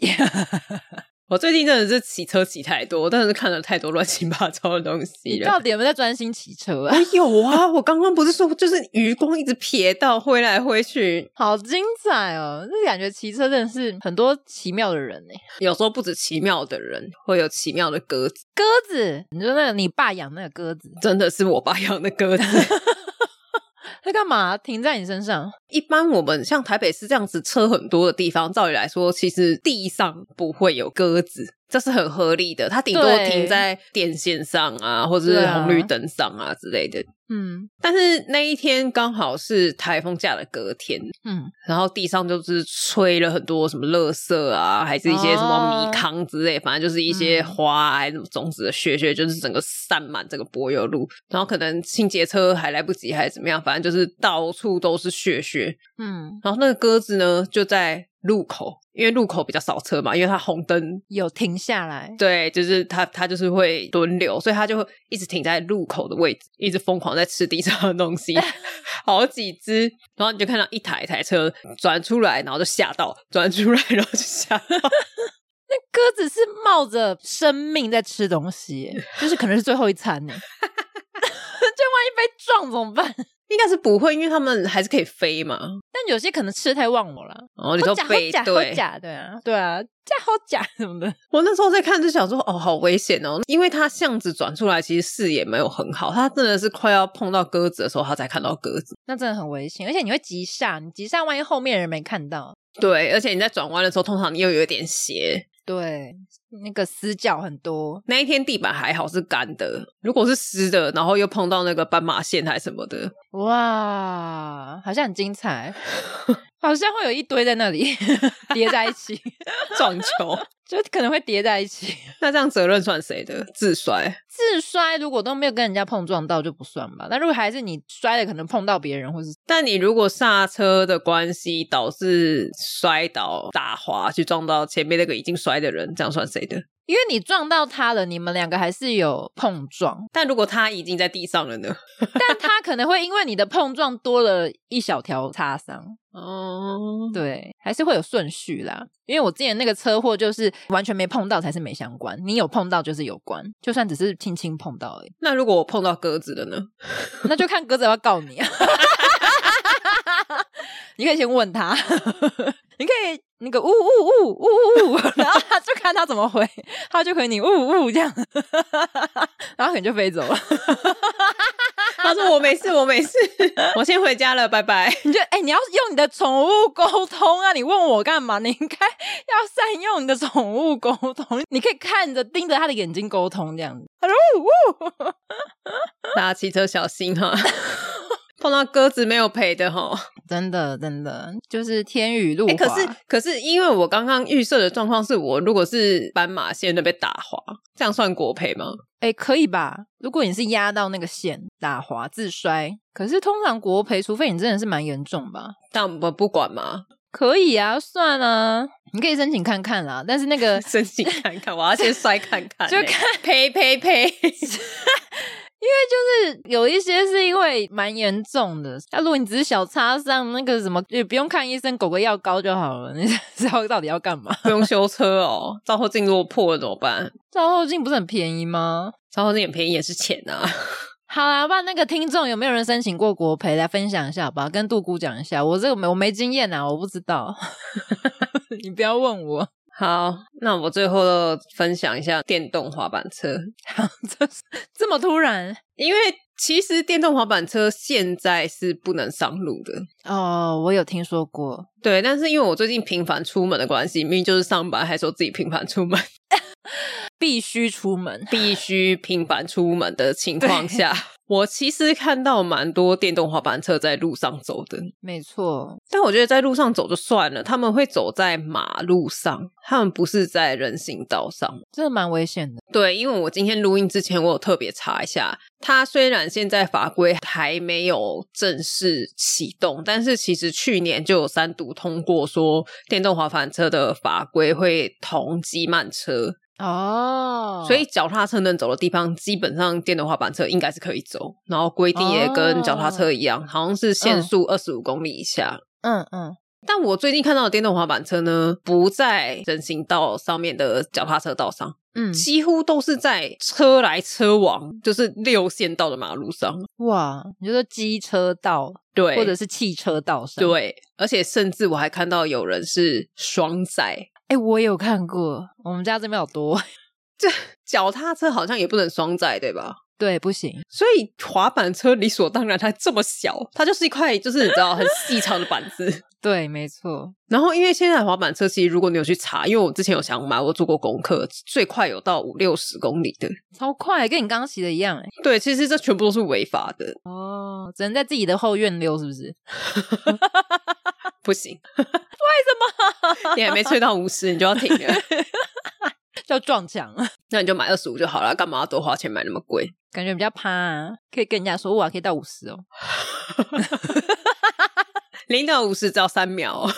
我最近真的是骑车骑太多，但是看了太多乱七八糟的东西 你了到。底有没有在专心骑车啊？ 我有啊，我刚刚不是说，就是余光一直瞥到挥来挥去，好精彩哦！这感觉骑车真的是很多奇妙的人呢。有时候不止奇妙的人会有奇妙的鸽子，鸽子，你说那个你爸养那个鸽子，真的是我爸养的鸽子。它干嘛停在你身上？一般我们像台北市这样子车很多的地方，照理来说，其实地上不会有鸽子，这是很合理的。它顶多对停在电线上啊，或者是对啊红绿灯上啊之类的。嗯但是那一天刚好是台风假的隔天，嗯，然后地上就是吹了很多什么垃圾啊，还是一些什么哦米糠之类，反正就是一嗯些花啊，还是什么种子的屑屑，就是整个散满整个柏油路。然后可能清洁车还来不及，还是怎么样，反正就是到处都是屑屑。嗯，然后那个鸽子呢就在路口，因为路口比较少车嘛，因为它红灯，有停下来。对，就是它它就是会轮流，所以它就会一直停在路口的位置，一直疯狂在吃地上的东 西，好几只。然后你就看到一台一台车转出来，然后就吓到，转出来然后就吓到。 鸽子是冒着生命在吃东 西耶，就是可能是最后一餐呢。就万一被撞怎么办？应该是不会，因为他们还是可以飞嘛。但有些可能吃太忘我了，然后哦你好说假好背假好对，假，对啊，对啊，假好假 什么的。我那时候在看就想说，哦，好危险哦，因为它巷子转出来，其实视野没有很好，它真的是快要碰到鸽子的时候，它才看到鸽子。那真的很危险，而且你会急刹，你急刹，万一后面人没看到，对，而且你在转弯的时候，通常你又有一点斜，对，那个死角很多，那一天地板还好是干的，如果是湿的，然后又碰到那个斑马线还什么的，哇，好像很精 彩，好像会有一堆在那里 叠在一起， 撞球。就可能会叠在一起。那这样责任算谁的？自摔。自摔如果都没有跟人家碰撞到就不算吧，那如果还是你摔了，可能碰到别人或是但你如果刹车的关系导致摔倒、打滑去撞到前面那个已经摔的人，这样算谁的？因为你撞到他了，你们两个还是有碰撞，但如果他已经在地上了呢？但他可能会因为你的碰撞多了一小条擦伤。哦，对，还是会有顺序啦。因为我之前那个车祸就是完全没碰到才是没相关，你有碰到就是有关，就算只是轻轻碰到而已，那如果我碰到鸽子了呢？那就看鸽子要不要告你。 你可以先问他，你可以那个呜呜呜呜呜，然后他就看他怎么回，他就回你呜呜这样，然后可能就飞走了。 他说我没事，我没事， 我先回家了，拜拜。你就哎、你要用你的宠物沟通啊！你问我干嘛？你应该要善用你的宠物沟通，你可以看着盯着他的眼睛沟通这样子。他说呜呜， 大家骑车小心哈，碰到鸽子没有赔的哈。真的真的就是天雨路滑、哎、可是可是，因为我刚刚预设的状况是我如果是斑马线那边打滑，这样算国赔吗？哎、可以吧？如果你是压到那个线打滑自摔，可是通常国赔，除非你真的是蛮严重吧，但我不管嘛， 可以啊，算啊，你可以申请看看啦。但是那 个申请看看，我要先摔看看、就看赔赔赔。因为就是有一些是因为蛮严重的，啊那、如果你只是小擦伤，那个什么也不用看医生，狗狗药膏就好了。你 知道到底要干嘛？不用修车哦，照后镜如果破了怎么办？照后镜不是很便宜吗？照后镜很便宜也是钱啊。 好啦，不然那个听众有没有人申请过国赔来分享一下好吧？跟杜姑讲一下，我这个没我没经验啊，我不知道， 你不要问我。好，那我最后分享一下电动滑板车， 这是这么突然因为其实电动滑板车现在是不能上路的。哦，我有听说过，对，但是因为我最近频繁出门的关系，明明就是上班，还说自己频繁出门， 必须出门。必须频繁出门的情况下，我其实看到蛮多电动滑板车在路上走的。没错，但我觉得在路上走就算了，他们会走在马路上，他们不是在人行道上。真的蛮危险的。对，因为我今天录音之前，我有特别查一下，它虽然现在法规还没有正式启动，但是其实去年就有三读通过说，电动滑板车的法规会同级慢车，哦所以脚踏车能走的地方，基本上电动滑板车应该是可以走，然后规定也跟脚踏车一样，好像是限速二十五公里以下。嗯嗯，但我最近看到的电动滑板车呢，不在人行道上面的脚踏车道上，嗯，几乎都是在车来车往，就是六线道的马路上。哇，你就说机车道对，或者是汽车道上？，对，而且甚至我还看到有人是双载哎、我也有看过，我们家这边好多。 脚踏车，好像也不能双载，对吧？ 对，不行，所以滑板车理所当然，它这么小，它就是一块就是你知道很细长的板子。 对，没错，然后因为现在的滑板车，其实如果你有去查，因为我之前有想买，我做过功课，最快有到五六十公里的。超快，跟你刚刚骑的一样，哎，对，其实这全部都是违法的，哦，只能在自己的后院溜，是不是？ 不行。 为什么？ 你还没吹到五十，你就要停了。叫撞墙， 那你就买二十五就好了，干嘛要多花钱买那么贵？感觉比较趴、啊，可以跟人家说哇，可以到五十哦。 零到五十只要三秒，哦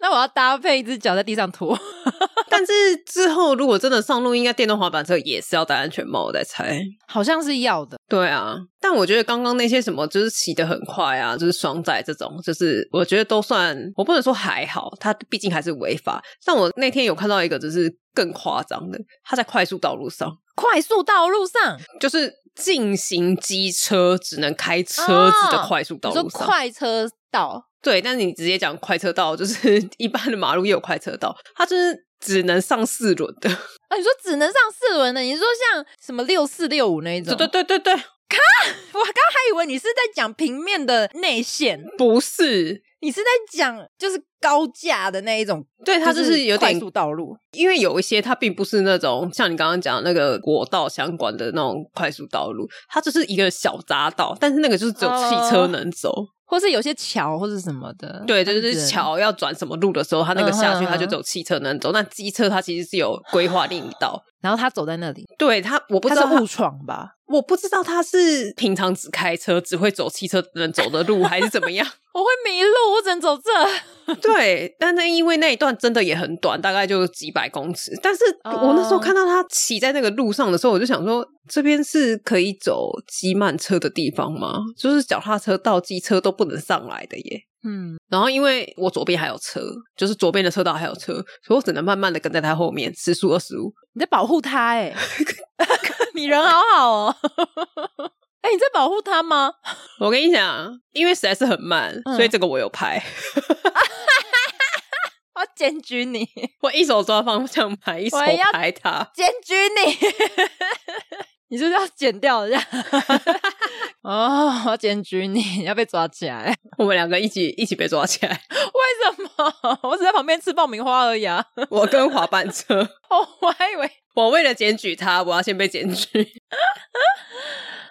那我要搭配一只脚在地上拖， 但是之后如果真的上路，应该电动滑板车也是要戴安全帽，我在猜。好像是要的。对啊，但我觉得刚刚那些什么就是骑得很快啊，就是双载这种，就是我觉得都算，我不能说还好，它毕竟还是违法。但我那天有看到一个就是更夸张的，他在快速道路上，快速道路上，就是进行机车只能开车子的快速道哦你路说上，快车道，对，但是你直接讲快车道，就是 一般的马路也有快车道，它就是只能上四轮的。啊，你说只能上四轮的，你是说像什么六四六五那一种？对对对对对，我刚还以为你是在讲平面的内线，不是，你是在讲就是高架的那一种，对，它就就是有快点速道路。因为有一些它并不是那种像你刚刚讲的那个国道相关的那种快速道路，它就是一个小匝道，但是那个就是只有汽哦车能走。或是有些桥或是什么的，对，它这就是只能。桥要转什么路的时候，它那个下去嗯哼它就只有汽车能走，那机车它其实是有规划另一道。然后他走在那里，对它，我不他知是道它误闯吧？我不知道它是平常只开车只会走汽车能走的路，还是怎么样。我会迷路，我只能走这。 对，但那因为那一段真的也很短，大概就几百公尺。但是我那时候看到他骑在那个路上的时候，我就想说，这边是可以走机慢车的地方吗？就是脚踏车到机车都不能上来的耶。嗯，然后因为我左边还有车，就是左边的车道还有车，所以我只能慢慢的跟在他后面，时速二十五。你在保护他 哎、你人好好哦。 哎、你在保护他吗？我跟你讲，因为实在是很慢，嗯所以这个我有拍，我要检举你，我一手抓方向盘，一手我要拍他。检举你， 你是不是要剪掉 一下？哦，我要检举你，你 要被抓起来？我们两个一起一起被抓起来， 为什么？ 我只在旁边吃爆米花而已啊！我跟滑板车。 哦，我还以为，我为了检举他，我要先被检举。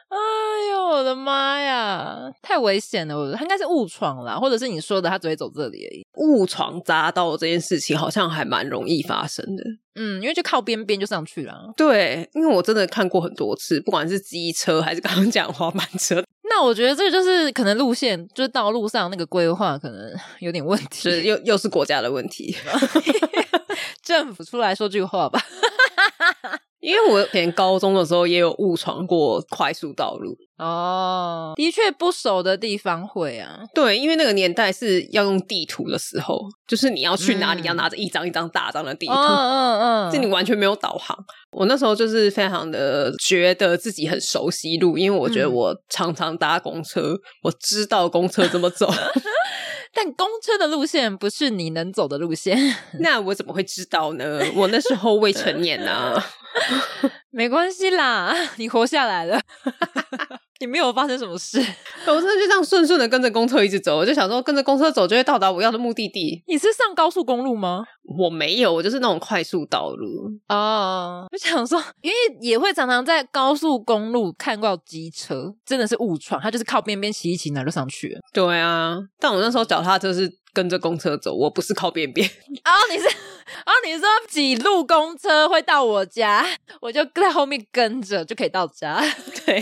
哎呦我的妈呀，太危险了！我他应该是误闯啦，或者是你说的他只会走这里而已。误闯匝道这件事情好像还蛮容易发生的。嗯，因为就靠边边就上去了。对，因为我真的看过很多次，不管是机车还是刚刚讲滑板车，那我觉得这个就是可能路线，就是道路上那个规划可能有点问题。是又又是国家的问题。 政府出来说句话吧。因为我以前高中的时候也有误闯过快速道路，哦，的确不熟的地方会啊，对，因为那个年代是要用地图的时候，就是你要去哪里嗯要拿着一张一张大张的地图，嗯嗯是你完全没有导航。我那时候就是非常的觉得自己很熟悉路，因为我觉得嗯我常常搭公车，我知道公车怎么 走， 但公车的路线不是你能走的路线， 那我怎么会知道呢？我那时候未成年 啊，没关系啦， 你活下来了， 你没有发生什么事，我真的就这样顺顺的跟着公车一直走，我就想说跟着公车走就会到达我要的目的地。你是上高速公路吗？我没有，我就是那种快速道路，哦，我想说，因为也会常常在高速公路看到机车，真的是误闯，他就是靠边边骑一骑，哪就上去了。对啊，但我那时候脚踏车是跟着公车走，我不是靠边边。 然后哦你是，然后你说几路公车会到我家，我就在后面跟着就可以到家，对，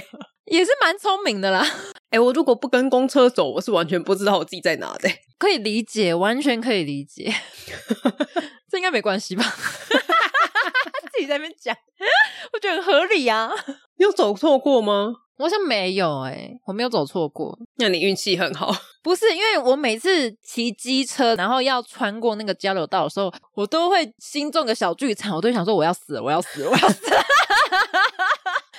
也是蛮聪明的啦，哎、我如果不跟公车走，我是完全不知道我自己在哪的、可以理解，完全可以理解，这应该没关系吧？自己在那边讲，我觉得很合理啊。你有走错过吗？我想没有哎、我没有走错过。那你运气很好， 不是，因为我每次骑机车，然后要穿过那个交流道的时候，我都会心中有个小剧场，我都会想说我要死了，我要死了，我要死了。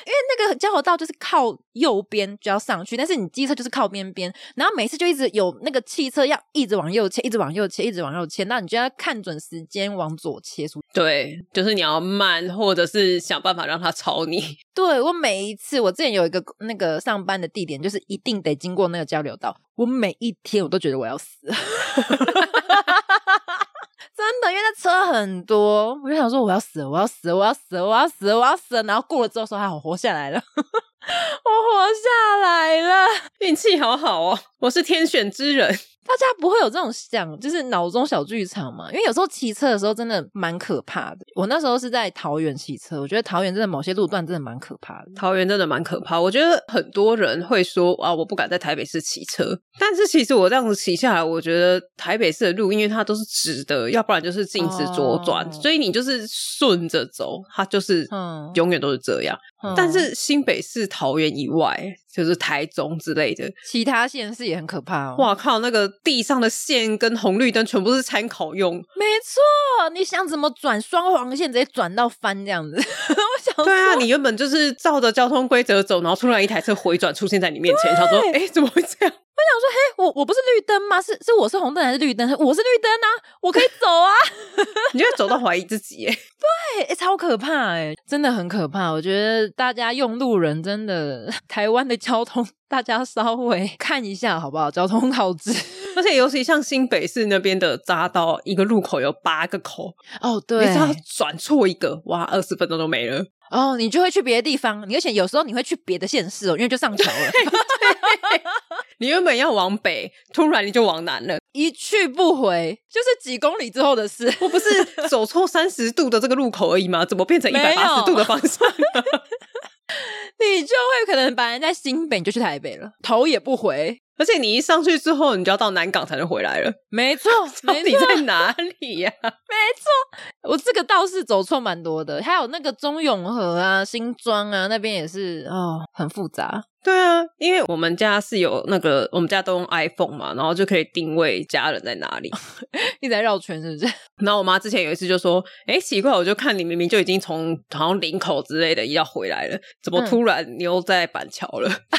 因为那个交流道就是靠右边就要上去，但是你机车就是靠边边，然后每次就一直有那个汽车要一直往右切，一直往右切，一直往右切，那你就要看准时间往左切出。对，就是你要慢，或者是想办法让他超你。 对我每一次，我之前有一个那个上班的地点，就是一定得经过那个交流道。我每一天我都觉得我要死， 真的，因为那车很多，我就想说我要死了，我要死了，我要死了，我要死了，我要死了。然后过了之后说，还好啊我活下来了， 我活下来了。运气好好哦，我是天选之人。 大家不会有这种想，就是脑中小剧场嘛？因为有时候骑车的时候真的蛮可怕的。我那时候是在桃园骑车，我觉得桃园真的某些路段真的蛮可怕的。桃园真的蛮可怕，我觉得很多人会说啊，我不敢在台北市骑车。但是其实我这样子骑下来，我觉得台北市的路，因为它都是直的，要不然就是禁止左转，哦所以你就是顺着走，它就是嗯永远都是这样。嗯但是新北市、桃园以外，就是台中之类的，其他县市也很可怕、哦。哇，哇靠！那个地上的线跟红绿灯全部是参考用。没错，你想怎么转双黄线，直接转到翻这 样子。我 想对啊，你原本就是照着交通规则走，然后突然一台车回转出现在你面前，想说，哎、怎么会这样？ 我想说，嘿，我我不是绿灯吗？是是我是红灯还是绿灯？我是绿灯啊，我可以走啊。你就会走到怀疑自己耶。 哎、欸超可怕哎、真的很可怕。我觉得大家用路人真的， 台湾的交通大家稍微看一下好不好？交通告知而且尤其像新北市那边的匝道，一个路口有八个口，哦，你对只要转错一个，哇，二十分钟都没了。哦，你就会去别的地方，你而且有时候你会去别的县市哦，因为就上桥 了，你原本要往北，突然你就往南了。一去不回，就是几公里之后的事。我不是走错三十度的这个路口而已吗？怎么变成一没有百八十度的方向 了？你就会可能本来在新北你就去台北了，头也不回。而且你一上去之后，你就要到南港才能回来了。没 错，到没底错，在哪里呀、我这个倒是走错蛮多的，还有那个中永和啊、新庄啊那边也是哦，很复杂。对啊，因为我们家是有那个，我们家都用 iPhone 嘛，然后就可以定位家人在哪里。一直在绕圈，是不是？ 然后我妈之前有一次就说：“哎，奇怪，我就看你明明就已经从好像林口之类的要回来了，怎么嗯突然你又在板桥了？”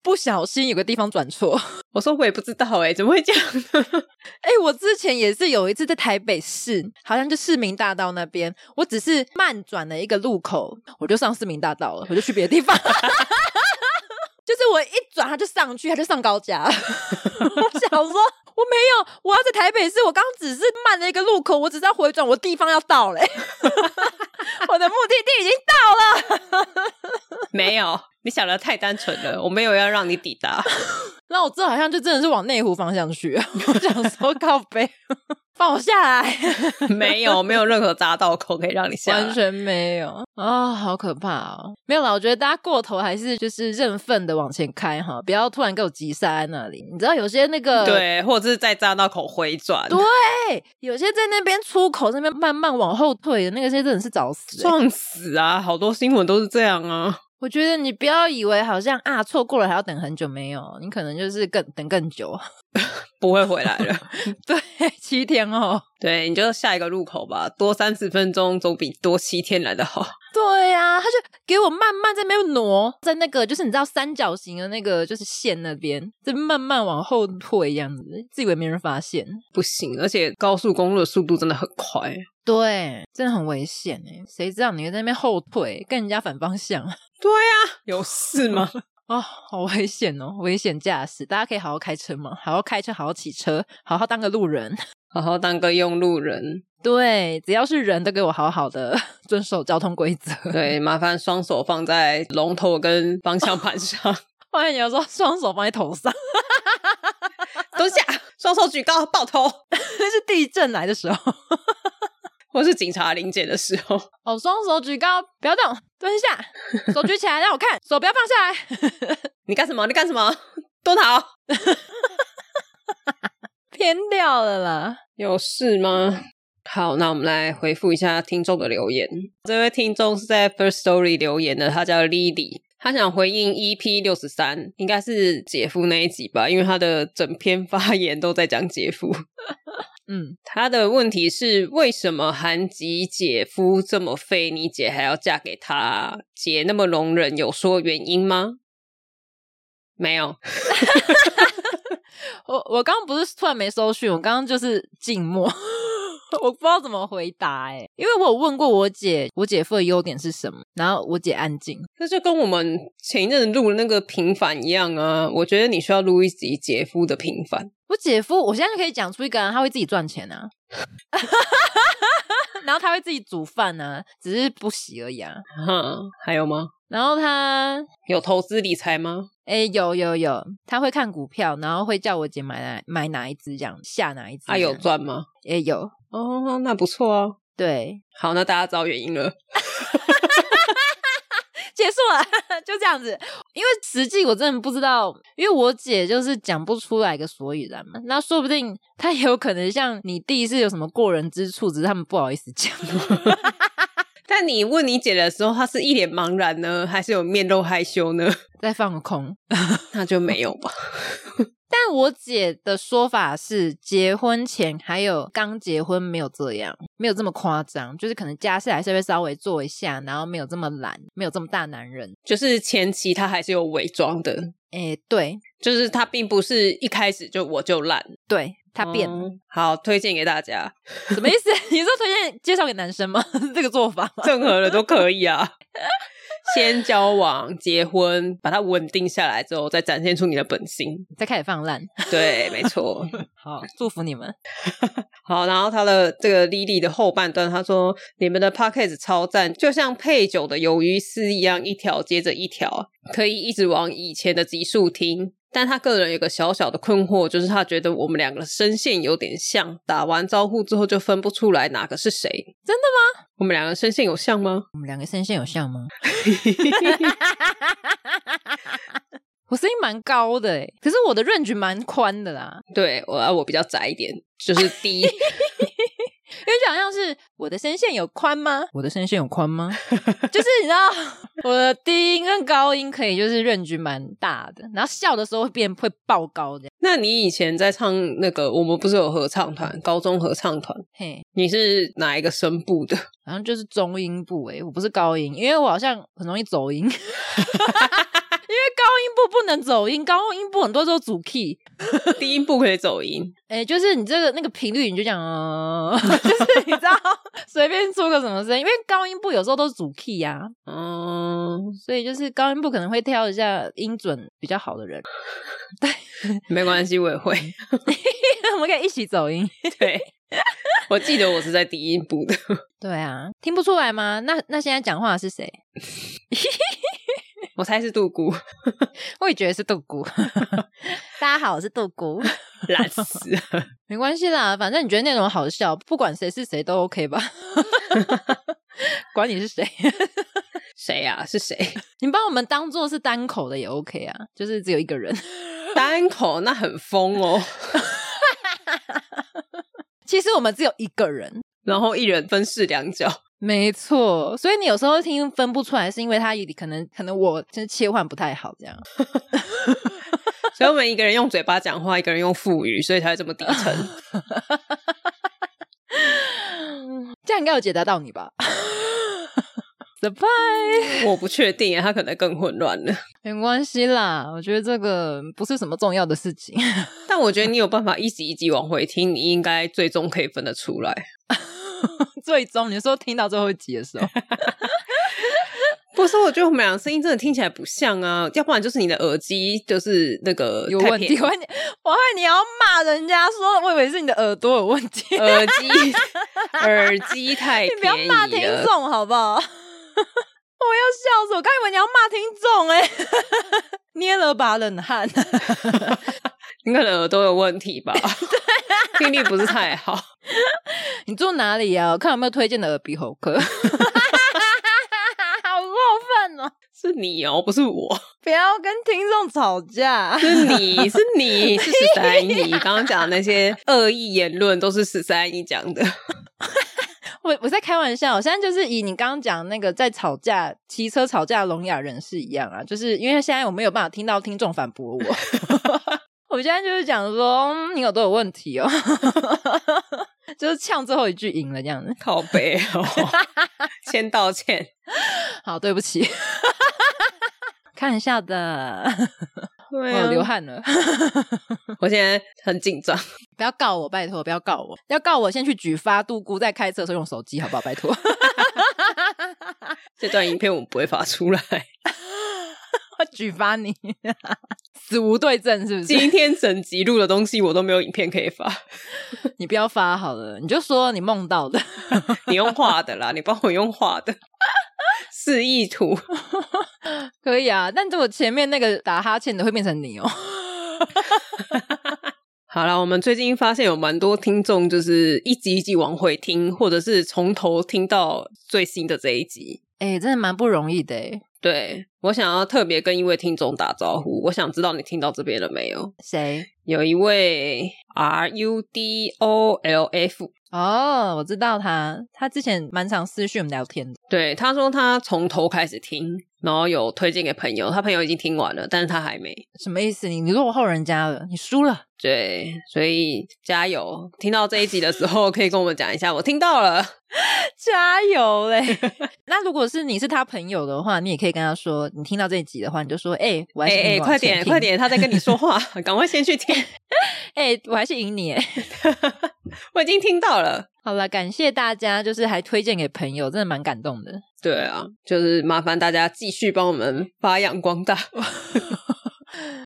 不小心有个地方转错。我说：“我也不知道哎、怎么会这样呢？” 哎、我之前也是有一次在台北市，好像就市民大道那边，我只是慢转了一个路口，我就上市民大道了， 我就去别的地方。就是我一转，他就上去，他就上高架了。 我想说，我没有，我要在台北市，我刚只是慢了一个路口，我只是要回转，我地方要到嘞、 我的目的地已经到了。没有，你想的太单纯了，我没有要让你抵达。 然后我这好像就真的是往内湖方向去，我想说靠北， 放我下来，没有，没有任何匝道口可以让你下来。完全没有啊、好可怕哦！没有啦，我觉得大家过头还是就是认份的往前开哈，不要突然给我急刹在那里。你知道有些那个对，或者是在匝道口回转，对，有些在那边出口那边慢慢往后退的那个，些真的是找死、欸。撞死啊！好多新闻都是这样啊。我觉得你不要以为好像啊错过了还要等很久，没有，你可能就是更等更久， 不会回来了，对，七天哦。对，你就下一个路口吧，多三十分钟总比多七天来的好。 对呀、他就给我慢慢在那边挪，在那个就是你知道三角形的那个就是线那边，在慢慢往后退这样子，自以为没人发现。不行，而且高速公路的速度真的很快，对，真的很危险哎，谁知道你会在那边后退，跟人家反方向啊、有事吗？哦，好危险哦，危险驾驶，大家可以好好开车嘛，好好开车，好好骑车，好好当个路人。 好好当个用路人，对，只要是人都给我好好的遵守交通规则。 对，麻烦双手放在龙头跟方向盘上， 发现你要说双手放在头上， 蹲下，双手举高，抱头。 那是地震来的时候。或是警察临检的时候，哦，双手举高，不要动，蹲下，手举起来让我看，手不要放下来， 你干什么？你干什么？ 蹲好，偏掉了啦。有事吗？好，那我们来回复一下听众的留言。这位听众是在 First Story 留言的，他叫 Lily，他想回应 EP 六十三，应该是姐夫那一集吧，因为他的整篇发言都在讲姐夫。嗯，他的问题是为什么韩吉姐夫这么废，你姐还要嫁给他？姐那么容忍，有说原因吗？没有，我我刚刚不是突然没搜讯，我刚刚就是静默， 我不知道怎么回答哎、因为我有问过我姐，我姐夫的优点是什么，然后我姐安静，这就跟我们前一阵录的那个平凡一样啊。我觉得你需要录一集姐夫的平凡。我姐夫我现在就可以讲出一个人，他会自己赚钱啊。 然后他会自己煮饭啊，只是不洗而已啊。哈，还有吗？然后他有投资理财吗？哎、有有有，他会看股票，然后会叫我姐买哪买哪一只这样，下哪一只这啊，样。有赚吗？也、有，哦，那不错啊。对，好，那大家知道原因了。结束了， 就这样子。因为实际我真的不知道，因为我姐就是讲不出来个所以然嘛。那说不定她也有可能像你弟是有什么过人之处，只是他们不好意思讲。 但你问你姐的时候，她是一脸茫 然呢，还是有面露害羞呢？在放空，那就没有吧。但我姐的说法是，结婚前还有刚结婚没有这样，没有这么夸张，就是可能家事还是会稍微做一下，然后没有这么懒，没有这么大男人。就是前期他还是有伪装的，诶，对就是他并不是一开始就我就烂，对，他变了，嗯好推荐给大家，什么意思？ 你说推荐介绍给男生吗？ 这个做 法吗？任何人都可以啊。 先交往、结婚，把它稳定下来之后，再展现出你的本性。再开始放烂，对，没 错。好，祝福你们。好，然后他的这个 Lily 的后半段，他说：“你们的 p o c k e t 超赞，就像配酒的鱿鱼丝一样，一条接着一条，可以一直往以前的集数听。”但他个人有个小小的困惑，就是他觉得我们两个声线有点像，打完招呼之后就分不出来哪个是谁。真的吗？我们两个声线有像吗？我们两个声线有像 吗？我声音蛮高的诶，可是我的 range 蛮宽的啦，对我，啊我比较窄一点，就是低。因为就好像是我的声线有宽吗？我的声线有宽吗？ 就是你知道，我的低音跟高音可以就是 range 蛮大的，然后笑的时候会变会爆高的。那你以前在唱那个，我们不是有合唱团，高中合唱团，嘿，你是哪一个声部的？ 然后就是中音部诶，我不是高音，因为我好像很容易走音。因为 高音部不能走音，高音部很多时候主 key，低音部可以走音，哎、就是你这个那个频率，你就讲、呃， 就是你知道随便出个什么声音，因为高音部有时候都是主 key 呀、啊，嗯，所以就是高音部可能会挑一下音准比较好的人，没关系，我也会。 我们可以一起走音。对，我记得我是在低音部的， 对啊，听不出来吗？那那现在讲话的是谁？我猜是杜姑，我也觉得是豆姑。 大家好，我是豆姑。懒死了。 没关系啦，反正你觉得内容好笑，不管谁是谁都 OK 吧？ 管你是谁， 谁呀、是谁？你把我们当做是单口的也 OK 啊，就是只有一个人。 单口那很疯哦，其实我们只有一个人，然后一人分饰两角。没错。所以你有时候听分不出来，是因为他可能可能我就是切换不太好这样。所以我们一个人用嘴巴讲话，一个人用腹语，所以才会这么低沉。这样应该有解答到你吧？Surprise，我不确定耶，他可能更混乱了。没关系啦，我觉得这个不是什么重要的事情。 但我觉得你有办法一集一集往回听，你应该最终可以分得出来。最终你说听到最后一集的 时候，不是，我觉得我们俩声音真的听起来不像啊，要不然就是你的耳机就是那个有太问便题，宜我以为你我以为你要骂人家说，我以为是你的耳朵有问题，耳 机耳机太你不要便骂听宜了。众好不好？ 我要笑死，我刚以为你要骂听众哎、 捏了把冷汗。你可能耳朵有问题 吧，啊听力不是太好。你住哪里呀、啊？我看有没有推荐的耳鼻喉科。 好过分哦！是你哦，不是我，不要跟听众吵架。是你是你是十三姨。刚刚讲的那些恶意言论都是十三姨讲的， 我我在开玩笑，我现在就是以你刚刚讲那个在吵架、骑车吵架的聋哑人士一样啊，就是因为现在我没有办法听到听众反驳我， 我现在就是讲说、嗯你耳朵有问题哦， 就是呛最后一句赢了这样子。靠背 哦，先道歉。好，对不起， 看一下的，我对有流啊，汗了，我现在很紧张。不要告我，拜托，不要告我，要告我先去举发杜姑在开车的时候用手机，好不好？拜托。 这段影片我们不会发出来， 我举发你，死无对证是不是？今天整集录的东西我都没有影片可以发，你不要发好了，你就说你梦到的。 你用画的啦，你帮我用画的示意图。可以啊，但是我前面那个打哈欠的会变成你哦。好了，我们最近发现有蛮多听众就是一集一集往回听，或者是从头听到最新的这一集。 哎、真的蛮不容易的哎。对我想要特别跟一位听众打招呼，我想知道你听到这边了没有？谁？有一位 R U D O L F，哦，我知道他，他之前蛮常私讯我们聊天的。对他说他从头开始听，然后有推荐给朋友，他朋友已经听完了，但是他还没。什么意思？你你落后人家了，你输了。对，所以加油！听到这一集的时候，可以跟我们讲一下，我听到了。 加油嘞！ 那如果是你是他朋友的话，你也可以跟他说，你听到这一集的话，你就说，哎、我还哎是赢你哎，往快前点听快，点，他在跟你说话，赶快先去听，哎、我还是赢你。哎我已经听到了。 好了，感谢大家，就是还推荐给朋友，真的蛮感动的。对啊，就是麻烦大家继续帮我们发扬光大。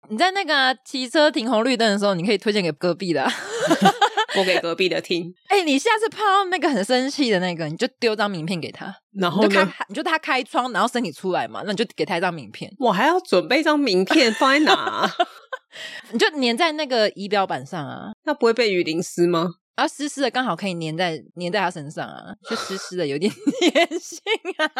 你在那个啊骑、车停红绿灯的时候，你可以推荐给隔壁的、啊。 我给隔壁的听，哎、你下次碰到那个很生气的那个，你就丢张名片给他，然你后就看呢，他，你就他开窗，然后身体出来嘛，那你就给他一张名片，我还要准备一张名片放在哪？ 你就粘在那个仪表板上啊，那不会被雨淋湿吗？然后湿湿的刚好可以粘在粘在他身上啊，就湿湿的有点 粘性啊，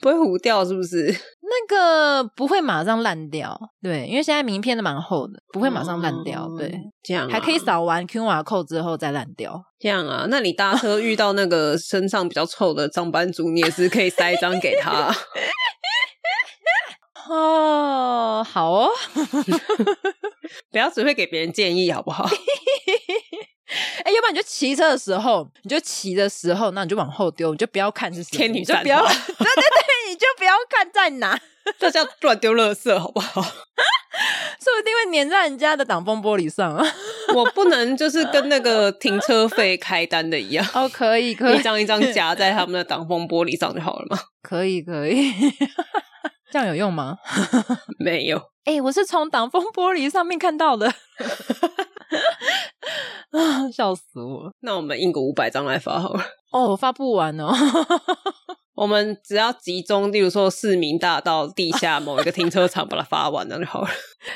不会糊掉是不是？那个不会马上烂掉，对，因为现在名片都蛮厚的，不会马上烂掉，哦对，，这样啊还可以扫完 QR code 之后再烂掉，这样啊。那你搭车遇到那个身上比较臭的上班族，你也是可以塞一张给 他。哦，好哦，不要只会给别人建议，好不好？哎、要不然你就骑车的时候，你就骑的时候，那你就往后丢，你就不要看是谁，天女你就散不要，花对对对， 你就不要看在哪，这叫乱丢垃圾，好不好？说不定会粘在人家的挡风玻璃上啊。我不能就是跟那个停车费开单的一样，哦，可以，可一以，张一张夹在他们的挡风玻璃上就好了嘛。可以，可以， 这样有用吗？没有，哎、我是从挡风玻璃上面看到 的，啊，笑死我！那我们印个五百张来发好了。哦，我发不完哦。我们只要集中，例如说市民大道地下某一个停车场，把它发完了就好了。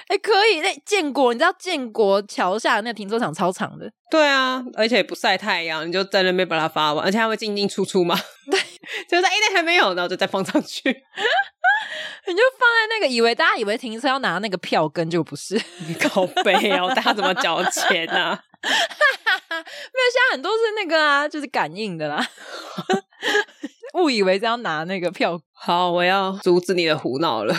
哎、可以，那建国，你知道建国桥下那个停车场超长的，对啊，而且不晒太阳，你就在那边把它发完，而且它会进进出出嘛。 对，就是哎，那还没有，然后就再放上去，你就放在那个，以为大家以为停车要拿那个票根，就不是。 你靠背哦，大家怎么缴钱啊？没有，现在很多是那个啊，就是感应的啦， 误以为是要拿那个票。 好，我要阻止你的胡闹了。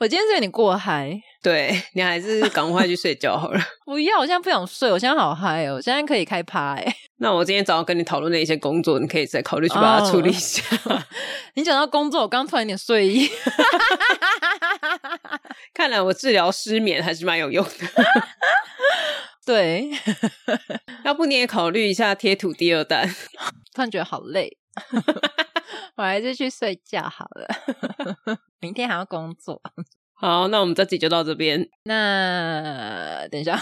我今天是有点过嗨，对你还是赶快去睡觉好了。 不要，我现在不想睡，我现在好嗨哦，我现在可以开趴哎、那我今天早上跟你讨论的一些工作，你可以再考虑去把它处理一下。 你讲到工作，我刚刚突然有点睡意， 看来我治疗失眠还是蛮有用的， 对， 要不你也考虑一下贴土第二弹。突然觉得好累， 我还是去睡觉好了， 明天还要工作。好，那我们这集就到这边。那等一下，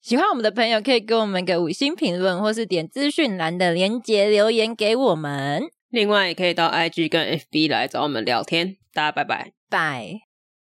喜欢我们的朋友可以给我们个五星评论，或是点资讯栏的连结留言给我们。另外，也可以到 IG 跟 FB 来找我们聊天。大家拜拜。拜。